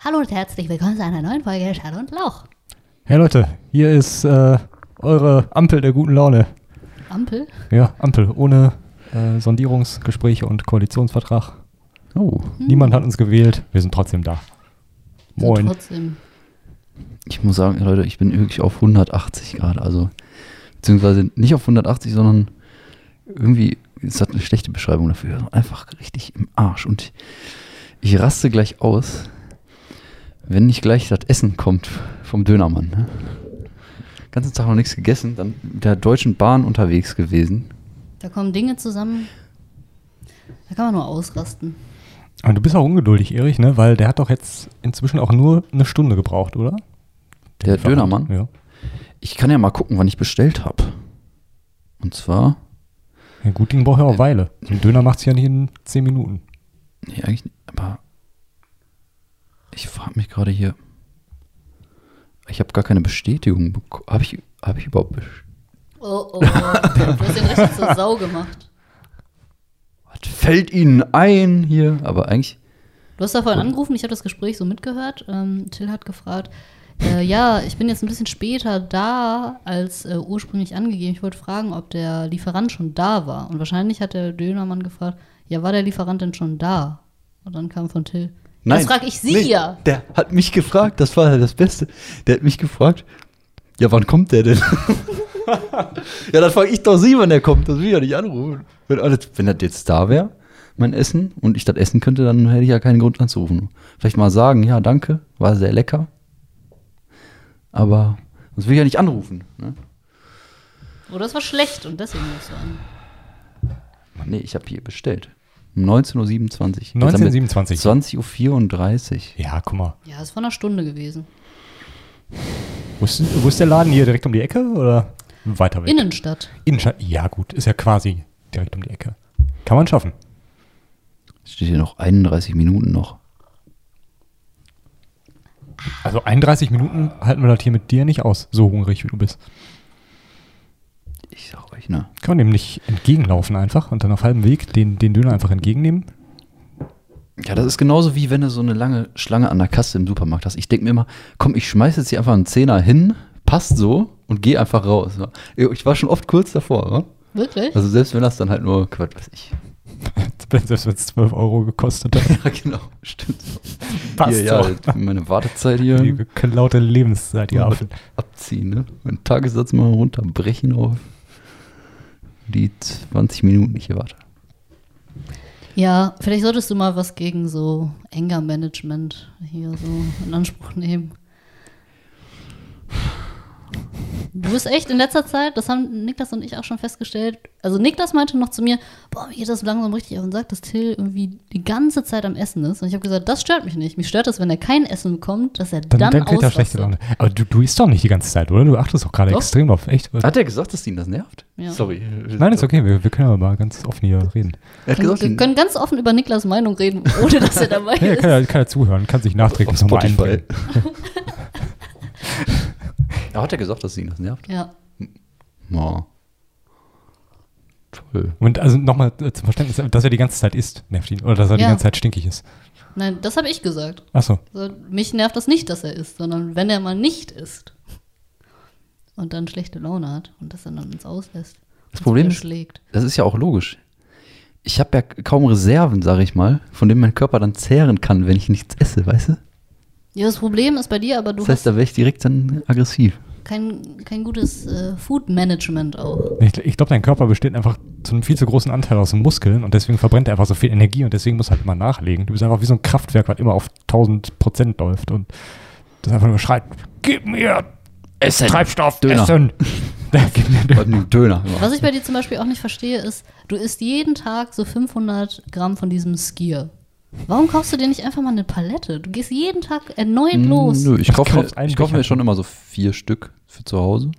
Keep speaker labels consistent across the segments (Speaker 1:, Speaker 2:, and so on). Speaker 1: Hallo und herzlich willkommen zu einer neuen Folge Schall und Lauch.
Speaker 2: Hey Leute, hier ist äh, eure Ampel der guten Laune.
Speaker 1: Ampel?
Speaker 2: Ja, Ampel, ohne äh, Sondierungsgespräche und Koalitionsvertrag. Oh. Niemand hat uns gewählt, wir sind trotzdem da.
Speaker 1: Sind
Speaker 2: Moin.
Speaker 1: Trotzdem.
Speaker 3: Ich muss sagen, Leute, ich bin wirklich auf 180 Grad. Also, beziehungsweise nicht auf 180, sondern irgendwie ist das eine schlechte Beschreibung dafür. Also Einfach richtig im Arsch. Und ich raste gleich aus, wenn nicht gleich das Essen kommt vom Dönermann. Ne? Ganzen Tag noch nichts gegessen, dann mit der Deutschen Bahn unterwegs gewesen.
Speaker 1: Da kommen Dinge zusammen. Da kann man nur ausrasten.
Speaker 2: Aber du bist auch ungeduldig, Erich, ne? Weil der hat doch jetzt inzwischen auch nur eine Stunde gebraucht, oder?
Speaker 3: Der
Speaker 2: Lieferant.
Speaker 3: Dönermann?
Speaker 2: Ja.
Speaker 3: Ich kann ja mal gucken, wann ich bestellt habe. Und zwar,
Speaker 2: ja. Gut, Ding braucht ja auch Weile. So ein Döner macht sich ja nicht in 10 Minuten.
Speaker 3: nee, eigentlich, nicht, aber ich frage mich gerade hier, ich habe gar keine Bestätigung bekommen. Habe ich, hab ich überhaupt bestätigt?
Speaker 1: Oh, oh, oh. du hast den richtig zur Sau gemacht.
Speaker 3: Was fällt Ihnen ein hier? Aber eigentlich,
Speaker 1: Du hast da vorhin angerufen, ich habe das Gespräch so mitgehört. Ähm, Till hat gefragt, äh, ja, ich bin jetzt ein bisschen später da als äh, ursprünglich angegeben. Ich wollte fragen, ob der Lieferant schon da war. Und wahrscheinlich hat der Dönermann gefragt, ja, war der Lieferant denn schon da? Und dann kam von Till,
Speaker 3: nein.
Speaker 1: das frage ich Sie
Speaker 3: nee,
Speaker 1: ja.
Speaker 3: Der hat mich gefragt, das war ja das Beste. Der hat mich gefragt, ja, wann kommt der denn? ja, dann frage ich doch Sie, wann der kommt. Das will ich ja nicht anrufen. Wenn, alles- wenn das jetzt da wäre, mein Essen, und ich das essen könnte, dann hätte ich ja keinen Grund anzurufen. Vielleicht mal sagen, ja, danke, war sehr lecker. Aber das will ich ja nicht anrufen. Ne?
Speaker 1: Oder es war schlecht und deswegen rufst du an.
Speaker 3: Nee, ich habe hier bestellt. Um 19.27 Uhr.
Speaker 2: 19.27 Uhr.
Speaker 3: 20.34 Uhr.
Speaker 2: Ja, guck mal.
Speaker 1: Ja, es war eine Stunde gewesen.
Speaker 2: Wo ist, wo ist der Laden hier? Direkt um die Ecke oder weiter weg?
Speaker 1: Innenstadt.
Speaker 2: Innenstadt. Ja, gut, ist ja quasi direkt um die Ecke. Kann man schaffen.
Speaker 3: Steht hier noch 31 Minuten noch.
Speaker 2: Also 31 Minuten halten wir das hier mit dir nicht aus, so hungrig wie du bist.
Speaker 3: Ich sag euch, ne?
Speaker 2: Kann man dem nicht entgegenlaufen einfach und dann auf halbem Weg den, den Döner einfach entgegennehmen?
Speaker 3: Ja, das ist genauso wie wenn du so eine lange Schlange an der Kasse im Supermarkt hast. Ich denke mir immer, komm, ich schmeiß jetzt hier einfach einen Zehner hin, passt so und geh einfach raus. wa? Ich war schon oft kurz davor, wa?
Speaker 1: Wirklich?
Speaker 3: Also selbst wenn das dann halt nur, Quatsch, weiß ich.
Speaker 2: Selbst wenn es 12 Euro gekostet hat.
Speaker 3: Ja, genau, stimmt.
Speaker 2: Passt
Speaker 3: hier, ja,
Speaker 2: doch.
Speaker 3: jetzt meine Wartezeit hier
Speaker 2: Die geklaute Lebenszeit, die Affen.
Speaker 3: abziehen, ne? Meinen Tagessatz mal runterbrechen auf die 20 Minuten, die ich hier warte.
Speaker 1: Ja, vielleicht solltest du mal was gegen so Anger-Management hier so in Anspruch nehmen. Du bist echt in letzter Zeit, das haben Niklas und ich auch schon festgestellt. Also Niklas meinte noch zu mir, boah, mir geht das langsam richtig auf und sagt, dass Till irgendwie die ganze Zeit am Essen ist. Und ich habe gesagt, das stört mich nicht. Mich stört das, wenn er kein Essen bekommt, dass er
Speaker 2: Dann,
Speaker 1: dann,
Speaker 2: dann, kriegt er
Speaker 1: ausrastet.
Speaker 2: schlechte Laune. Aber du, du isst doch nicht die ganze Zeit, oder? Du achtest doch gerade
Speaker 1: Doch.
Speaker 2: extrem drauf. Echt?
Speaker 3: Hat er gesagt, dass ihn das nervt?
Speaker 1: Ja.
Speaker 3: Sorry.
Speaker 2: Nein, ist okay. Wir, wir können aber mal ganz offen hier reden.
Speaker 3: Er hat
Speaker 1: Können-
Speaker 3: gesagt,
Speaker 1: Wir
Speaker 3: ihn-
Speaker 1: können ganz offen über Niklas Meinung reden, ohne dass er dabei
Speaker 2: Ja,
Speaker 1: ist.
Speaker 2: kann, ja, kann ja zuhören, kann sich nachträglich nochmal einbringen.
Speaker 3: ja, hat er gesagt, dass ihn das nervt?
Speaker 1: Ja.
Speaker 3: Ja. Toll.
Speaker 2: Und also nochmal äh, zum Verständnis, dass er die ganze Zeit isst, nervt ihn. Oder dass er
Speaker 1: Ja.
Speaker 2: die ganze Zeit stinkig ist.
Speaker 1: Nein, das habe ich gesagt.
Speaker 2: Achso.
Speaker 1: So, mich nervt das nicht, dass er isst, sondern wenn er mal nicht isst und dann schlechte Laune hat und das dann an uns auslässt.
Speaker 3: Das
Speaker 1: uns
Speaker 3: Problem
Speaker 1: wieder
Speaker 3: ist-
Speaker 1: schlägt.
Speaker 3: Das ist ja auch logisch. Ich habe ja kaum Reserven, sage ich mal, von denen mein Körper dann zehren kann, wenn ich nichts esse, weißt du?
Speaker 1: Ja, das Problem ist bei dir, aber du
Speaker 3: Das heißt, da wäre ich direkt dann aggressiv.
Speaker 1: hast kein, kein gutes äh, Food Management auch.
Speaker 2: Ich, ich glaube, dein Körper besteht einfach zu einem viel zu großen Anteil aus Muskeln und deswegen verbrennt er einfach so viel Energie und deswegen muss er halt immer nachlegen. Du bist einfach wie so ein Kraftwerk, was immer auf 1000 Prozent läuft und das einfach nur schreit: Gib mir
Speaker 3: Essen.
Speaker 2: Treibstoff,
Speaker 3: Döner.
Speaker 2: Essen! Da, gib mir Döner.
Speaker 3: Einen Döner.
Speaker 1: Was ich bei dir zum Beispiel auch nicht verstehe, ist, du isst jeden Tag so 500 Gramm von diesem Skier. Warum kaufst du dir nicht einfach mal eine Palette? Du gehst jeden Tag erneut los.
Speaker 3: Hm, Nö, ich
Speaker 2: Was
Speaker 3: kaufe
Speaker 2: kaufst
Speaker 3: mir,
Speaker 2: einen
Speaker 3: ich kauf
Speaker 2: Becher?
Speaker 3: mir schon immer so vier Stück für zu Hause.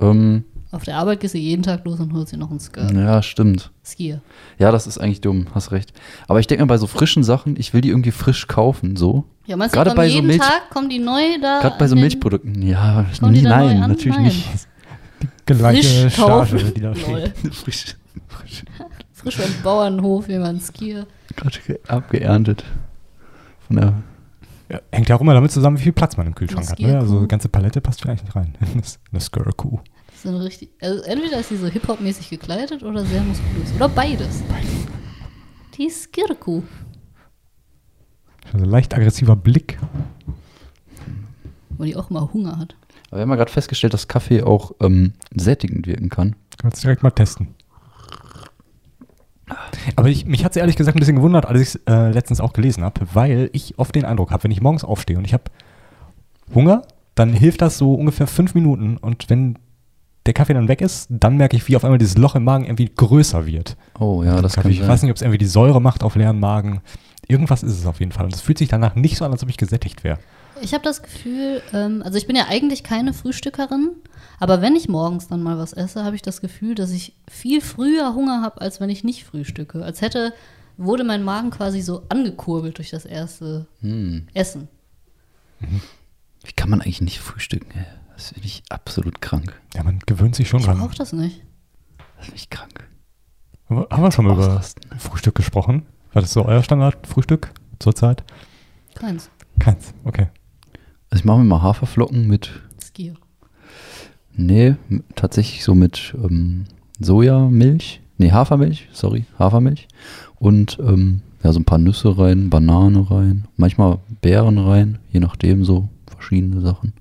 Speaker 3: Ähm,
Speaker 1: Auf der Arbeit gehst du jeden Tag los und holst dir noch einen Skier.
Speaker 3: ja, stimmt.
Speaker 1: Skier.
Speaker 3: Ja, das ist eigentlich dumm, hast recht. Aber ich denke mir bei so frischen Sachen, ich will die irgendwie frisch kaufen, so.
Speaker 1: Ja, meinst du,
Speaker 3: Gerade
Speaker 1: kommen
Speaker 3: bei so
Speaker 1: jeden
Speaker 3: Milch-
Speaker 1: Tag kommen die neu da?
Speaker 3: Gerade bei
Speaker 1: an
Speaker 3: so
Speaker 1: den-
Speaker 3: Milchprodukten. Ja,
Speaker 1: Kommen die
Speaker 3: nie,
Speaker 1: da neu
Speaker 3: nein,
Speaker 1: an?
Speaker 3: natürlich
Speaker 1: Nein.
Speaker 3: nicht.
Speaker 2: Gleiche
Speaker 1: frisch kaufen.
Speaker 2: Charge, die da steht.
Speaker 1: Lol.
Speaker 3: Frisch, frisch,
Speaker 1: Frisch vom Bauernhof, jemand Skier.
Speaker 3: gerade ge- abgeerntet. Von der
Speaker 2: hängt ja auch immer damit zusammen, wie viel Platz man im Kühlschrank
Speaker 1: Eine
Speaker 2: hat. Ne? Also
Speaker 1: Skirkuh.
Speaker 2: die ganze Palette passt vielleicht nicht rein. Eine Skirkuh.
Speaker 1: Das ist eine richtig, also entweder ist sie so Hip-Hop-mäßig gekleidet oder sehr muskulös. Oder beides. Die Skirku.
Speaker 2: Schon so ein Also leicht aggressiver Blick.
Speaker 1: Weil die auch immer Hunger hat.
Speaker 3: Aber wir haben ja gerade festgestellt, dass Kaffee auch ähm, sättigend wirken kann.
Speaker 2: Kannst du direkt mal testen. Aber ich, mich hat es ehrlich gesagt ein bisschen gewundert, als ich es äh, letztens auch gelesen habe, weil ich oft den Eindruck habe, wenn ich morgens aufstehe und ich habe Hunger, dann hilft das so ungefähr fünf Minuten und wenn der Kaffee dann weg ist, dann merke ich, wie auf einmal dieses Loch im Magen irgendwie größer wird.
Speaker 3: Oh ja, das
Speaker 2: Kaffee.
Speaker 3: kann
Speaker 2: Ich
Speaker 3: sein.
Speaker 2: weiß nicht, ob es irgendwie die Säure macht auf leeren Magen. Irgendwas ist es auf jeden Fall. Und es fühlt sich danach nicht so an, als ob ich gesättigt wäre.
Speaker 1: Ich habe das Gefühl, ähm, also ich bin ja eigentlich keine Frühstückerin, aber wenn ich morgens dann mal was esse, habe ich das Gefühl, dass ich viel früher Hunger habe, als wenn ich nicht frühstücke. Als hätte, wurde mein Magen quasi so angekurbelt durch das erste
Speaker 3: Hm.
Speaker 1: Essen.
Speaker 3: Wie kann man eigentlich nicht frühstücken? ey? Das finde ich absolut krank.
Speaker 2: Ja, man gewöhnt sich schon
Speaker 1: Ich
Speaker 2: dran.
Speaker 1: brauche das nicht.
Speaker 3: Das finde ich krank.
Speaker 2: Haben wir- haben wir schon mal über
Speaker 3: Ausrasten.
Speaker 2: Frühstück gesprochen? War das so euer Standardfrühstück zurzeit?
Speaker 1: Keins.
Speaker 2: Keins, okay.
Speaker 3: Also ich mache mir mal Haferflocken mit,
Speaker 1: Skier.
Speaker 3: nee, m- tatsächlich so mit ähm, Sojamilch, nee, Hafermilch, sorry, Hafermilch. Und ähm, ja, so ein paar Nüsse rein, Banane rein, manchmal Beeren rein, je nachdem so verschiedene Sachen.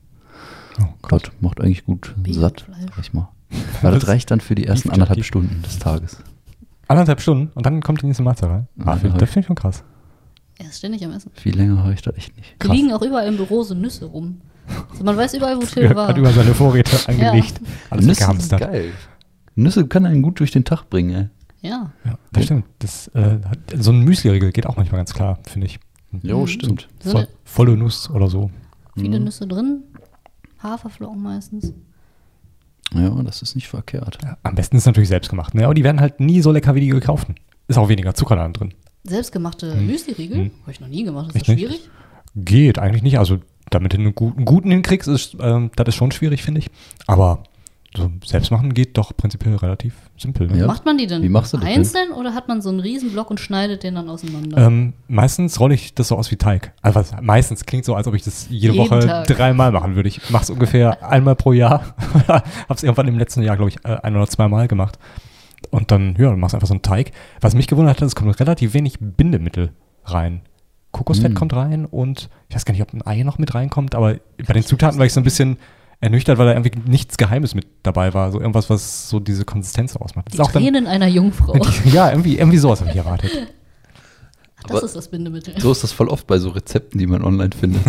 Speaker 2: Oh
Speaker 3: Gott, macht eigentlich gut satt,
Speaker 1: Beerenfleisch.
Speaker 3: sag ich mal. Weil das
Speaker 2: Was?
Speaker 3: reicht dann für die ersten
Speaker 2: Beef
Speaker 3: anderthalb
Speaker 2: Jerky.
Speaker 3: Stunden des Tages.
Speaker 2: Anderthalb Stunden und dann kommt die nächste Mahlzeit rein.
Speaker 3: Ja,
Speaker 2: Ah, find-
Speaker 3: halt.
Speaker 2: das finde ich schon krass.
Speaker 1: Er ist ständig am Essen.
Speaker 3: Viel länger habe ich da echt nicht.
Speaker 1: Die liegen auch überall im Büro so Nüsse rum. Also man weiß überall, wo Till
Speaker 2: Er
Speaker 1: war.
Speaker 2: hat über seine Vorräte angelegt. Alles
Speaker 3: Nüsse sind
Speaker 2: weggehamstert.
Speaker 3: geil. Nüsse können einen gut durch den Tag bringen, ey.
Speaker 1: Ja.
Speaker 2: Ja, das stimmt. Das, äh, hat, so ein Müsli-Riegel geht auch manchmal ganz klar, finde ich.
Speaker 3: Jo,
Speaker 1: Mhm.
Speaker 3: stimmt.
Speaker 1: So
Speaker 2: Voll, volle Nuss oder so.
Speaker 1: Viele
Speaker 3: Mhm.
Speaker 1: Nüsse drin. Haferflocken meistens.
Speaker 3: Ja, das ist nicht verkehrt.
Speaker 2: Ja, am besten ist natürlich selbstgemacht. Ne? Aber die werden halt nie so lecker wie die gekauften. Ist auch weniger Zucker da drin.
Speaker 1: Selbstgemachte Müsli-Riegel? Habe ich noch nie gemacht. Ist
Speaker 2: Echt
Speaker 1: das
Speaker 2: nicht?
Speaker 1: schwierig?
Speaker 2: Geht eigentlich nicht. Also, damit du einen guten, guten hinkriegst, ist, ähm, das ist schon schwierig, finde ich. Aber so selbstmachen geht doch prinzipiell relativ simpel. Ne?
Speaker 3: Ja.
Speaker 1: Macht man die denn?
Speaker 3: Wie machst du das denn?
Speaker 1: Einzeln oder hat man so einen Riesenblock und schneidet den dann auseinander?
Speaker 2: Ähm, meistens rolle ich das so aus wie Teig. Also was- meistens klingt so, als ob ich das jede
Speaker 1: Jeden
Speaker 2: Woche
Speaker 1: Tag.
Speaker 2: dreimal machen würde. Ich mache es ungefähr einmal pro Jahr. Hab's irgendwann im letzten Jahr, glaube ich, äh, ein oder zweimal gemacht. Und dann, ja, du machst einfach so einen Teig. Was mich gewundert hat, es kommt relativ wenig Bindemittel rein. Kokosfett
Speaker 3: Mm.
Speaker 2: kommt rein und ich weiß gar nicht, ob ein Ei noch mit reinkommt, aber bei den Zutaten war ich so ein bisschen ernüchtert, weil da irgendwie nichts Geheimes mit dabei war. So irgendwas, was so diese Konsistenz ausmacht. Das
Speaker 1: die
Speaker 2: ist auch dann,
Speaker 1: Tränen einer Jungfrau. Ach,
Speaker 2: ja, irgendwie, irgendwie sowas habe ich erwartet.
Speaker 1: das
Speaker 3: Aber-
Speaker 1: ist das Bindemittel.
Speaker 3: So ist das voll oft bei so Rezepten, die man online findet.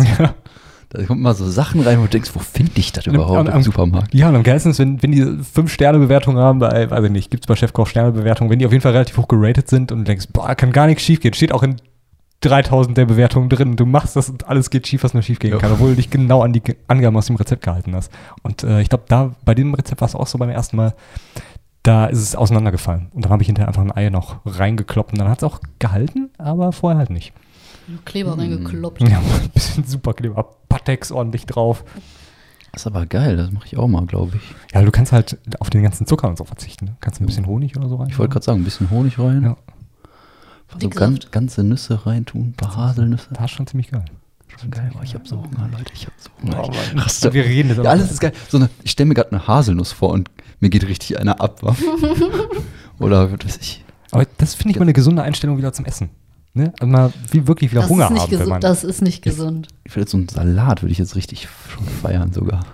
Speaker 3: Da kommt mal so Sachen rein, wo du denkst, wo finde ich das überhaupt im Supermarkt?
Speaker 2: Ja, und am geilsten ist, wenn, wenn die 5-Sterne-Bewertungen haben, bei, weiß ich nicht, gibt's bei Chefkoch Sterne-Bewertungen, wenn die auf jeden Fall relativ hoch geratet sind und du denkst, boah, kann gar nichts schief gehen, steht auch in 3000 der Bewertungen drin, du machst das und alles geht schief, was nur schief gehen
Speaker 3: Ja.
Speaker 2: kann, obwohl du dich genau an die Ge- Angaben aus dem Rezept gehalten hast. Und äh, ich glaube, da bei dem Rezept war es auch so beim ersten Mal, da ist es auseinandergefallen. Und dann habe ich hinterher einfach ein Ei noch reingekloppt und dann hat's auch gehalten, aber vorher halt nicht.
Speaker 1: Kleber reingekloppt.
Speaker 2: Ja, ein bisschen super Kleber, Patex ordentlich drauf.
Speaker 3: Das ist aber geil, das mache ich auch mal, glaube ich.
Speaker 2: Ja, du kannst halt auf den ganzen Zucker und so verzichten. ne? Kannst ein bisschen Honig oder so rein.
Speaker 3: Mhm. Ich wollte gerade sagen, ein bisschen Honig rein.
Speaker 2: Ja.
Speaker 3: So
Speaker 1: Dicksaft.
Speaker 3: ganz, ganze Nüsse reintun, ein paar Haselnüsse.
Speaker 2: Das ist schon ziemlich geil.
Speaker 3: Schon geil, boah, ich habe so Hunger, Leute, ich habe so
Speaker 2: Oh,
Speaker 3: Hunger.
Speaker 2: Mann.
Speaker 3: Ich raste.
Speaker 2: Wir reden jetzt
Speaker 3: ja,
Speaker 2: aber-
Speaker 3: alles ist geil. So eine, ich stelle mir gerade eine Haselnuss vor und mir geht richtig einer ab. wa? Oder was weiß ich.
Speaker 2: Aber das finde ich mal eine gesunde Einstellung wieder zum Essen. Ne? Also mal wie wirklich wieder
Speaker 1: Das,
Speaker 2: Hunger
Speaker 1: ist nicht
Speaker 2: haben. Wenn man,
Speaker 1: gesund, das ist nicht gesund.
Speaker 3: Vielleicht so einen Salat würde ich jetzt richtig schon feiern sogar.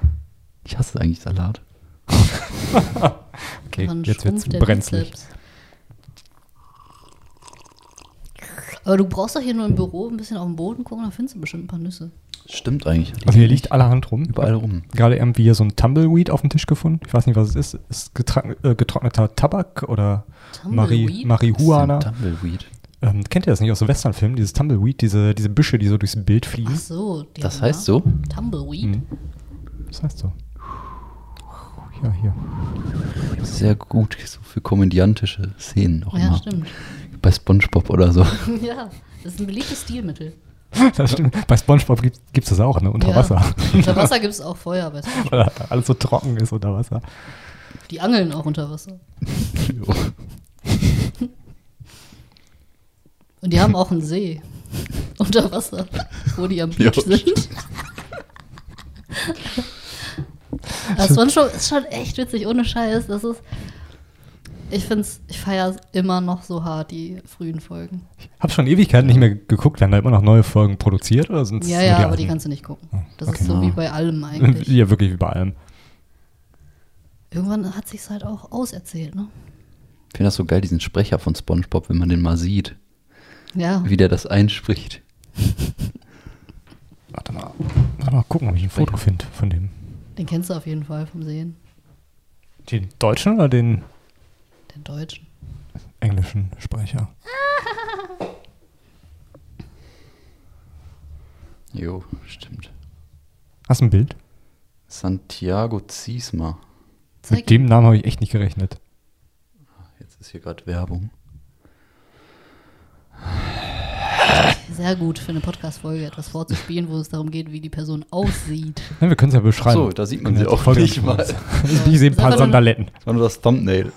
Speaker 3: Ich hasse eigentlich Salat.
Speaker 2: okay,
Speaker 1: Dann
Speaker 2: jetzt wird's
Speaker 1: schrumpft der
Speaker 2: brenzlig.
Speaker 1: Bizeps. Aber du brauchst doch hier nur im Büro ein bisschen auf den Boden gucken, dann findest du bestimmt ein paar Nüsse.
Speaker 3: Stimmt eigentlich.
Speaker 2: Also hier liegt allerhand rum.
Speaker 3: überall rum.
Speaker 2: Gerade irgendwie hier so ein Tumbleweed auf dem Tisch gefunden. Ich weiß nicht, was es ist. Ist getra- äh, getrockneter Tabak oder Mari
Speaker 1: Tumbleweed?
Speaker 2: Marihuana?
Speaker 3: Das ist ein Tumbleweed.
Speaker 2: Ähm, kennt ihr das nicht aus so Westernfilmen? Dieses Tumbleweed, diese, diese Büsche, die so durchs Bild
Speaker 1: Ach
Speaker 2: fliegen.
Speaker 1: so. die
Speaker 3: Das
Speaker 1: haben
Speaker 3: heißt so?
Speaker 1: da Tumbleweed.
Speaker 2: Mhm. Das heißt so. Ja, hier.
Speaker 3: Sehr gut so für komödiantische Szenen auch
Speaker 1: Ja,
Speaker 3: immer.
Speaker 1: stimmt.
Speaker 3: Bei Spongebob oder so.
Speaker 1: ja, das ist ein beliebtes Stilmittel.
Speaker 2: Das stimmt. Bei Spongebob gibt es das auch, ne? Unter
Speaker 1: ja.
Speaker 2: Wasser.
Speaker 1: Unter Wasser gibt es auch Feuer, weißt du.
Speaker 2: Weil alles so trocken ist unter Wasser.
Speaker 1: Die angeln auch unter Wasser.
Speaker 3: Jo.
Speaker 1: Und die haben auch einen See. unter Wasser, wo die am
Speaker 3: Ja,
Speaker 1: Beach sind. das war schon, ist schon echt witzig, ohne Scheiß. Das ist, ich find's, ich feiere es immer noch so hart, die frühen Folgen.
Speaker 2: Hab schon Ewigkeiten nicht mehr geguckt, werden da immer noch neue Folgen produziert oder sind Oh,
Speaker 1: Ja, ja, aber die kannst du nicht gucken. Das
Speaker 2: okay.
Speaker 1: ist so wie
Speaker 3: Ah.
Speaker 1: bei allem
Speaker 2: eigentlich.
Speaker 1: eigentlich.
Speaker 2: Ja, wirklich wie bei allem.
Speaker 1: Irgendwann hat sich's halt auch auserzählt, ne?
Speaker 3: Ich finde das so geil, diesen Sprecher von Spongebob, wenn man den mal sieht,
Speaker 1: Ja.
Speaker 3: wie der das einspricht.
Speaker 2: Warte mal, warte mal gucken, ob ich ein Foto finde von dem.
Speaker 1: Den kennst du auf jeden Fall vom Sehen,
Speaker 2: Den deutschen oder den
Speaker 1: den Deutschen.
Speaker 2: englischen Sprecher?
Speaker 3: Jo, stimmt.
Speaker 2: Hast du ein Bild?
Speaker 3: Santiago Ziesma.
Speaker 1: Zeig
Speaker 2: Mit dem Namen habe ich echt nicht gerechnet.
Speaker 3: Jetzt ist hier gerade Werbung.
Speaker 1: sehr gut für eine Podcast-Folge etwas vorzuspielen, wo es darum geht, wie die Person aussieht.
Speaker 2: Nein, wir können es ja beschreiben.
Speaker 3: So, da sieht man
Speaker 2: Können
Speaker 3: sie
Speaker 2: ja die
Speaker 3: auch
Speaker 2: Folge
Speaker 3: nicht mal.
Speaker 2: beschreiben. Die sehen ein paar
Speaker 1: Sag mal,
Speaker 2: Sandaletten.
Speaker 3: Das war nur das Thumbnail.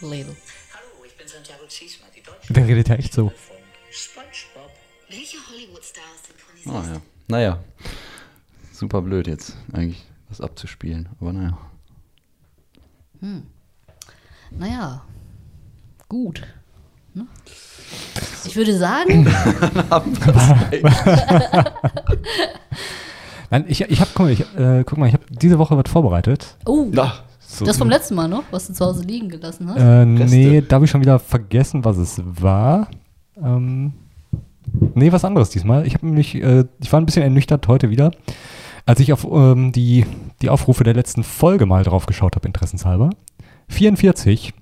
Speaker 1: Ladle.
Speaker 4: Hallo, ich bin Santiago Ziesma, die Deutsche
Speaker 2: Der redet ja echt so.
Speaker 4: von SpongeBob.
Speaker 5: Welche Hollywood-Stars synchronisieren
Speaker 3: Ah, ja. Naja. Super blöd jetzt, eigentlich, das abzuspielen. Aber naja.
Speaker 1: Naja, gut. Ne? Ich würde sagen,
Speaker 2: Nein, ich, ich habe, guck mal, ich, äh, guck mal, ich habe diese Woche was vorbereitet.
Speaker 1: oh,
Speaker 3: Na,
Speaker 2: So,
Speaker 1: das vom letzten Mal noch, was du zu Hause liegen gelassen hast.
Speaker 2: Äh, nee, da habe ich schon wieder vergessen, was es war. Ähm, nee, was anderes diesmal. Ich habe nämlich, äh, ich war ein bisschen ernüchtert heute wieder, als ich auf ähm, die, die Aufrufe der letzten Folge mal drauf geschaut habe, interessenshalber. 44,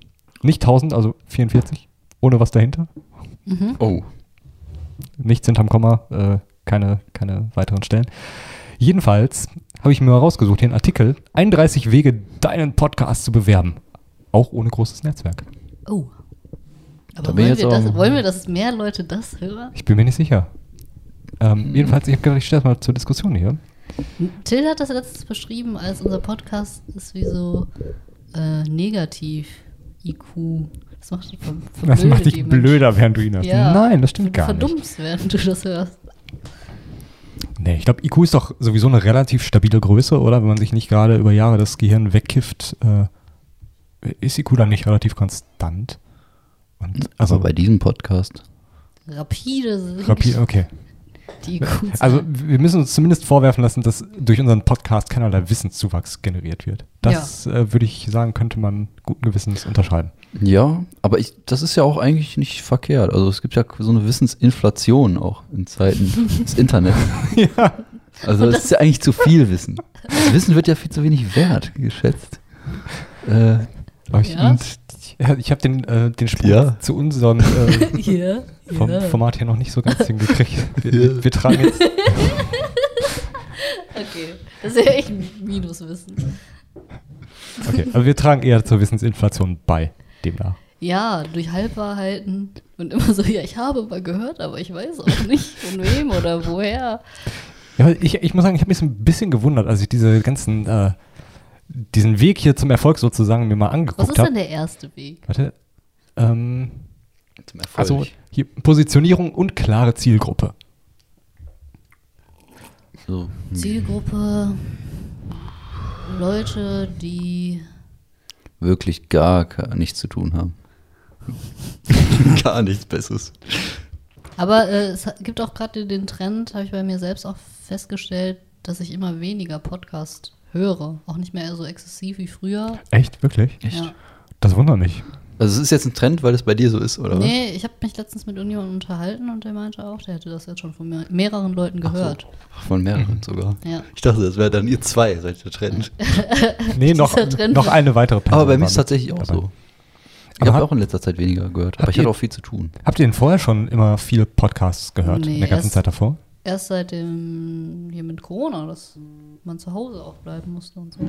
Speaker 2: nicht 1000, also 44, ohne was dahinter.
Speaker 1: Hm?
Speaker 3: oh,
Speaker 2: Nichts hinterm Komma, äh, keine, keine weiteren Stellen. Jedenfalls habe ich mir mal rausgesucht, hier einen Artikel, 31 Wege, deinen Podcast zu bewerben. Auch ohne großes Netzwerk.
Speaker 1: Oh.
Speaker 3: Da
Speaker 1: Aber
Speaker 3: bin
Speaker 1: wollen
Speaker 3: ich
Speaker 1: wir,
Speaker 3: jetzt
Speaker 1: das,
Speaker 3: auch-
Speaker 1: wollen wir, dass mehr Leute das hören?
Speaker 2: Ich bin mir nicht sicher. Ähm, Jedenfalls, ich habe gedacht, ich stelle das mal zur Diskussion hier.
Speaker 1: Till hat das letztes beschrieben, als unser Podcast ist wie so äh, negativ IQ. Das macht, ver
Speaker 2: Das
Speaker 1: verblödet
Speaker 2: macht
Speaker 1: die
Speaker 2: dich
Speaker 1: Menschen.
Speaker 2: blöder, während du ihn hast.
Speaker 1: Ja.
Speaker 2: Nein, das stimmt
Speaker 1: Du
Speaker 2: gar nicht.
Speaker 1: verdummst, während du das hörst.
Speaker 2: Nee, ich glaube, IQ ist doch sowieso eine relativ stabile Größe, oder? Wenn man sich nicht gerade über Jahre das Gehirn wegkifft, äh, ist IQ dann nicht relativ konstant? Und, also,
Speaker 3: aber bei diesem Podcast.
Speaker 1: Rapide sinkt
Speaker 2: rapide, okay.
Speaker 1: die IQ.
Speaker 2: Also, wir müssen uns zumindest vorwerfen lassen, dass durch unseren Podcast keinerlei Wissenszuwachs generiert wird. Das äh, würde ich sagen, könnte man guten Gewissens unterschreiben.
Speaker 3: Ja, aber ich, das ist ja auch eigentlich nicht verkehrt. Also es gibt ja so eine Wissensinflation auch in Zeiten des Internets.
Speaker 2: ja.
Speaker 3: Also es ist ja eigentlich zu viel Wissen. Das Wissen wird ja viel zu wenig wert geschätzt. Äh,
Speaker 2: Aber ich,
Speaker 1: Ja?
Speaker 2: und, ja, ich habe den, äh, den Sprung
Speaker 3: Ja.
Speaker 2: zu unserem äh,
Speaker 1: Ja,
Speaker 2: vom
Speaker 1: ja.
Speaker 2: Format hier noch nicht so ganz hingekriegt. Wir, wir tragen jetzt,
Speaker 1: Okay, das ist ja echt ein Minuswissen.
Speaker 2: okay, also wir tragen eher zur Wissensinflation bei, demnach.
Speaker 1: Ja, durch Halbwahrheiten und immer so, ja, ich habe mal gehört, aber ich weiß auch nicht von wem oder woher.
Speaker 2: Ja, aber ich, ich muss sagen, ich habe mich so ein bisschen gewundert, als ich diese ganzen, äh, diesen Weg hier zum Erfolg sozusagen mir mal
Speaker 1: Was
Speaker 2: angeguckt
Speaker 1: ist denn
Speaker 2: habe.
Speaker 1: der erste Weg?
Speaker 2: Warte. Ähm,
Speaker 3: zum Erfolg.
Speaker 2: also hier Positionierung und klare Zielgruppe.
Speaker 3: so,
Speaker 1: Zielgruppe, Leute, die
Speaker 3: wirklich gar, ke- nichts zu tun haben. gar nichts Besseres.
Speaker 1: Aber äh, es hat- gibt auch gerade den Trend, habe ich bei mir selbst auch festgestellt, dass ich immer weniger Podcast höre. Auch nicht mehr so exzessiv wie früher.
Speaker 2: Echt? Wirklich?
Speaker 3: Echt?
Speaker 1: Ja.
Speaker 2: Das wundert mich.
Speaker 3: Also es ist jetzt ein Trend, weil es bei dir so ist, oder was?
Speaker 1: Nee, ich habe mich letztens mit Union unterhalten und der meinte auch, der hätte das jetzt schon von mehr mehreren Leuten gehört.
Speaker 3: Ach, Von mehreren sogar.
Speaker 1: Ja.
Speaker 3: Mhm. Ich dachte, das wäre dann ihr zwei, seid ihr Trend.
Speaker 2: Nee, noch,
Speaker 1: Dieser Trend
Speaker 2: noch
Speaker 1: ist-
Speaker 2: eine weitere Person.
Speaker 3: Aber bei mir
Speaker 2: war
Speaker 3: ist es tatsächlich auch
Speaker 2: dabei.
Speaker 3: so. Ich
Speaker 2: Aber
Speaker 3: habe
Speaker 2: hab-
Speaker 3: auch in letzter Zeit weniger gehört, aber
Speaker 2: habt
Speaker 3: ich hatte
Speaker 2: ihr-
Speaker 3: auch viel zu tun.
Speaker 2: Habt ihr denn vorher schon immer viele Podcasts gehört
Speaker 1: Nee,
Speaker 2: in der ganzen
Speaker 1: erst-
Speaker 2: Zeit davor?
Speaker 1: Erst seit dem hier mit Corona, dass man zu Hause auch bleiben musste und so.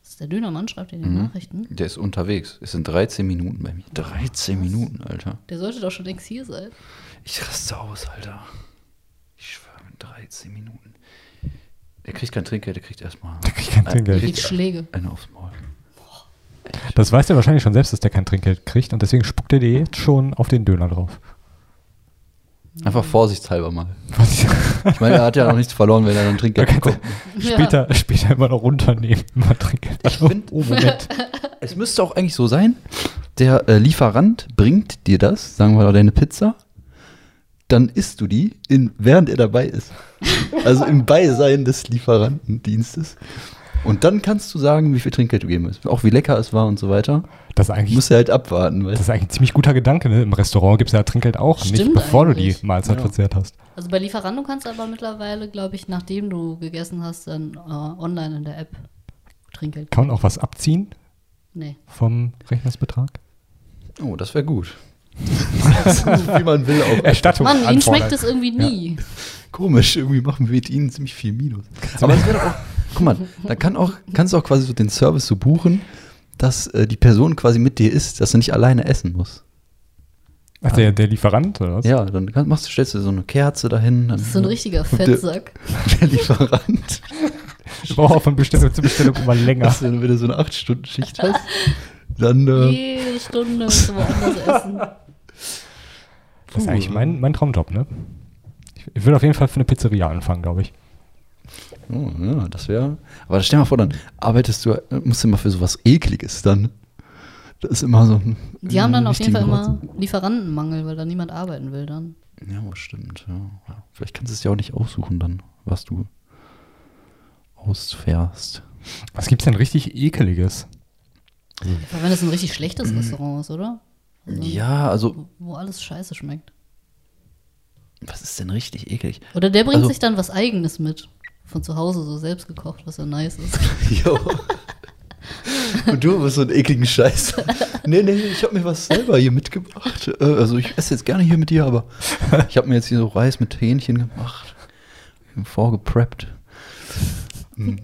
Speaker 1: Das ist der Dönermann, schreibt in die Nachrichten.
Speaker 3: Der ist unterwegs. Es sind 13 Minuten bei mir. 13 Minuten, Alter.
Speaker 1: Der sollte doch schon längst hier sein.
Speaker 3: Ich raste aus, Alter. Ich schwöre, mit 13 Minuten. Der kriegt kein Trinkgeld, der kriegt erstmal
Speaker 2: Der kriegt kein
Speaker 3: Ein-
Speaker 2: Trinkgeld.
Speaker 1: Kriegt Schläge.
Speaker 3: eine aufs Maul.
Speaker 2: Das weiß der wahrscheinlich schon selbst, dass der kein Trinkgeld kriegt und deswegen spuckt er dir jetzt schon auf den Döner drauf.
Speaker 3: Einfach vorsichtshalber mal. Ich meine, er hat ja noch nichts verloren, wenn er dann
Speaker 2: Da
Speaker 3: Trinkgeld
Speaker 2: kannst
Speaker 3: bekommt.
Speaker 2: du später, später immer noch runternehmen. Immer trinken.
Speaker 3: find-
Speaker 2: oh, Moment.
Speaker 3: Es müsste auch eigentlich so sein, der äh, Lieferant bringt dir das, sagen wir mal deine Pizza, dann isst du die, in, während er dabei ist. Also im Beisein des Lieferantendienstes. Und dann kannst du sagen, wie viel Trinkgeld du geben musst. Auch wie lecker es war und so weiter.
Speaker 2: Das ist eigentlich,
Speaker 3: Musst du halt abwarten. Weil
Speaker 2: das ist eigentlich ein ziemlich guter Gedanke. Ne? Im Restaurant gibst du ja Trinkgeld auch nicht,
Speaker 1: Stimmt
Speaker 2: bevor du
Speaker 1: eigentlich.
Speaker 2: die Mahlzeit
Speaker 3: Ja.
Speaker 2: verzehrt hast.
Speaker 1: Also bei Lieferando kannst du aber mittlerweile, glaube ich, nachdem du gegessen hast, dann äh, online in der App Trinkgeld.
Speaker 2: Kann man auch was abziehen
Speaker 1: Nee.
Speaker 2: vom Rechnungsbetrag?
Speaker 3: oh, das wäre gut. wie man will auch.
Speaker 2: Erstattung
Speaker 1: Mann, ihnen
Speaker 2: anfordern.
Speaker 1: schmeckt es irgendwie nie.
Speaker 3: Komisch, irgendwie machen wir mit ihnen ziemlich viel Minus. Aber es wird auch, guck mal, da kann auch, kannst du auch quasi so den Service so buchen, dass äh, die Person quasi mit dir ist, dass du nicht alleine essen musst.
Speaker 2: Ach, der, der Lieferant oder was?
Speaker 3: Ja, dann kann, machst du, stellst du so eine Kerze dahin. Dann
Speaker 1: Das ist so ein richtiger
Speaker 3: Und
Speaker 1: Fettsack.
Speaker 3: Der, der Lieferant,
Speaker 2: Ich brauche auch von Bestellung zu Bestellung immer länger.
Speaker 3: dass du, wenn du so eine 8-Stunden-Schicht hast, dann äh,
Speaker 1: Jede Stunde musst du woanders essen.
Speaker 2: Das ist eigentlich mein, mein Traumjob, ne? Ich, ich würde auf jeden Fall für eine Pizzeria anfangen, glaube ich.
Speaker 3: oh, ja, das wäre. Aber stell dir mal vor, dann arbeitest du, äh, musst du immer für sowas ekliges dann. Das ist immer so. hm, ein-
Speaker 1: Die haben dann
Speaker 3: ein
Speaker 1: auf jeden Fall
Speaker 3: richtigen
Speaker 1: immer Lieferantenmangel, weil da niemand arbeiten will dann.
Speaker 3: Ja, stimmt. Ja. Ja, Vielleicht kannst du es ja auch nicht aussuchen dann, was du ausfährst.
Speaker 2: Was gibt's denn richtig ekeliges?
Speaker 1: Aber wenn das ein richtig schlechtes Restaurant ist, oder?
Speaker 3: Ja, also,
Speaker 1: Wo alles scheiße schmeckt.
Speaker 3: was ist denn richtig eklig?
Speaker 1: Oder der bringt
Speaker 3: Also-
Speaker 1: sich dann was Eigenes mit. Von zu Hause so selbst gekocht, was ja nice ist.
Speaker 3: Jo. Und du bist so einen ekligen Scheiß. Nee, nee, ich habe mir was selber hier mitgebracht. Äh, Also ich esse jetzt gerne hier mit dir, aber ich habe mir jetzt hier so Reis mit Hähnchen gemacht. Vorgepreppt. Hm.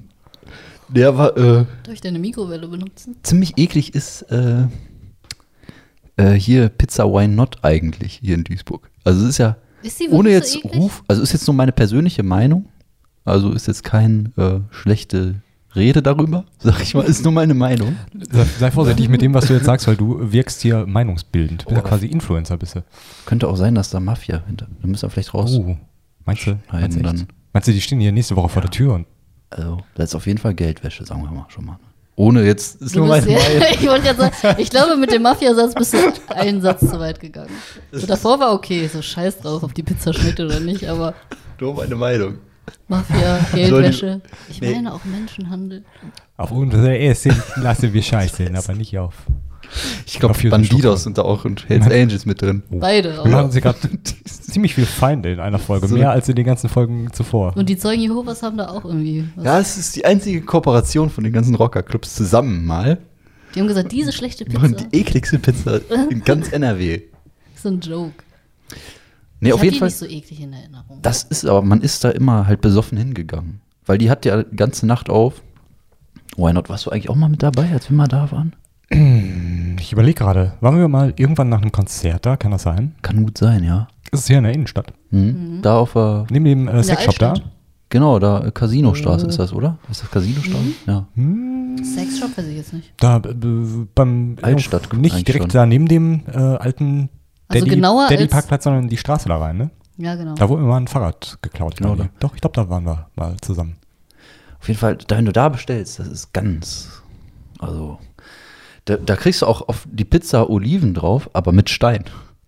Speaker 3: Der war, äh,
Speaker 1: Darf ich deine Mikrowelle benutzen?
Speaker 3: ziemlich eklig ist äh, äh, hier Pizza Why Not eigentlich hier in Duisburg. Also es ist ja
Speaker 1: Ist sie
Speaker 3: ohne
Speaker 1: wirklich
Speaker 3: jetzt
Speaker 1: so eklig?
Speaker 3: Ruf, also ist jetzt nur meine persönliche Meinung. Also ist jetzt kein äh, schlechte Rede darüber, sag ich mal, ist nur meine Meinung.
Speaker 2: Sei, sei vorsichtig mit dem, was du jetzt sagst, weil du wirkst hier meinungsbildend. Du bist
Speaker 3: Oh.
Speaker 2: ja quasi Influencer, bist du.
Speaker 3: Könnte auch sein, dass da Mafia hinter. Da müssen wir vielleicht raus.
Speaker 2: Oh, meinst du? Meinst du,
Speaker 3: Schneiden
Speaker 2: echt?
Speaker 3: dann.
Speaker 2: meinst du, die stehen hier nächste Woche vor der Tür und
Speaker 3: Also, da ist auf jeden Fall Geldwäsche, sagen wir mal schon mal. Ohne jetzt ist
Speaker 1: Du
Speaker 3: nur
Speaker 1: bist
Speaker 3: meine Meinung.
Speaker 1: ja, ich wollte gerade sagen, ich glaube, mit dem Mafiasatz bist du einen Satz zu weit gegangen. So, davor war okay, so scheiß drauf, ob die Pizza schmeckt oder nicht, aber
Speaker 3: Nur meine Meinung.
Speaker 1: Mafia, Geldwäsche. Ich meine auch Menschenhandel.
Speaker 2: auf unsere Essen lassen wir scheiße, aber nicht auf.
Speaker 3: Ich glaube,
Speaker 2: Auf jeden Fall.
Speaker 3: Bandidos sind da auch und Hells Angels mit drin.
Speaker 1: Beide.
Speaker 2: Wir
Speaker 1: Auch.
Speaker 2: machen sie gerade ziemlich viele Feinde in einer Folge,
Speaker 3: So.
Speaker 2: mehr als in den ganzen Folgen zuvor.
Speaker 1: Und die Zeugen Jehovas haben da auch irgendwie was.
Speaker 3: Ja, es ist die einzige Kooperation von den ganzen Rockerclubs zusammen mal.
Speaker 1: Die haben gesagt, diese schlechte
Speaker 3: Machen
Speaker 1: Pizza
Speaker 3: die ekligste Pizza in ganz NRW.
Speaker 1: ist ein Joke.
Speaker 3: Nee,
Speaker 1: ich
Speaker 3: auf
Speaker 1: hab
Speaker 3: jeden
Speaker 1: die
Speaker 3: Fall.
Speaker 1: nicht so eklig in Erinnerung.
Speaker 3: Das ist aber, man ist da immer halt besoffen hingegangen. Weil die hat ja die ganze Nacht auf. Why not? Warst du eigentlich auch mal mit dabei, als wir mal da waren?
Speaker 2: Ich überlege gerade, waren wir mal irgendwann nach einem Konzert da? Kann das sein?
Speaker 3: Kann gut sein, ja.
Speaker 2: Ist es hier in der Innenstadt?
Speaker 3: Mhm. Da auf der,
Speaker 2: Neben dem äh,
Speaker 1: der
Speaker 2: Sexshop da?
Speaker 1: Altstadt.
Speaker 3: genau, da äh, Casinostraße
Speaker 1: Mhm.
Speaker 3: ist das, oder? Ist das Casinostraße? Ja.
Speaker 1: Sexshop weiß ich jetzt nicht.
Speaker 2: Da äh, b- beim
Speaker 3: Altstadt
Speaker 2: irgendwo- nicht
Speaker 3: eigentlich
Speaker 2: direkt
Speaker 3: schon.
Speaker 2: da neben dem äh, alten
Speaker 1: Also
Speaker 2: Daddy,
Speaker 1: genauer als-
Speaker 2: Daddy Parkplatz, sondern die Straße da rein, ne?
Speaker 1: Ja, genau.
Speaker 2: Da wurde mir mal ein Fahrrad geklaut.
Speaker 3: Genau
Speaker 2: glaub ich. Doch, ich glaube, da waren wir mal zusammen.
Speaker 3: Auf jeden Fall, da, wenn du da bestellst, das ist ganz. Also, da, da kriegst du auch auf die Pizza Oliven drauf, aber mit Stein.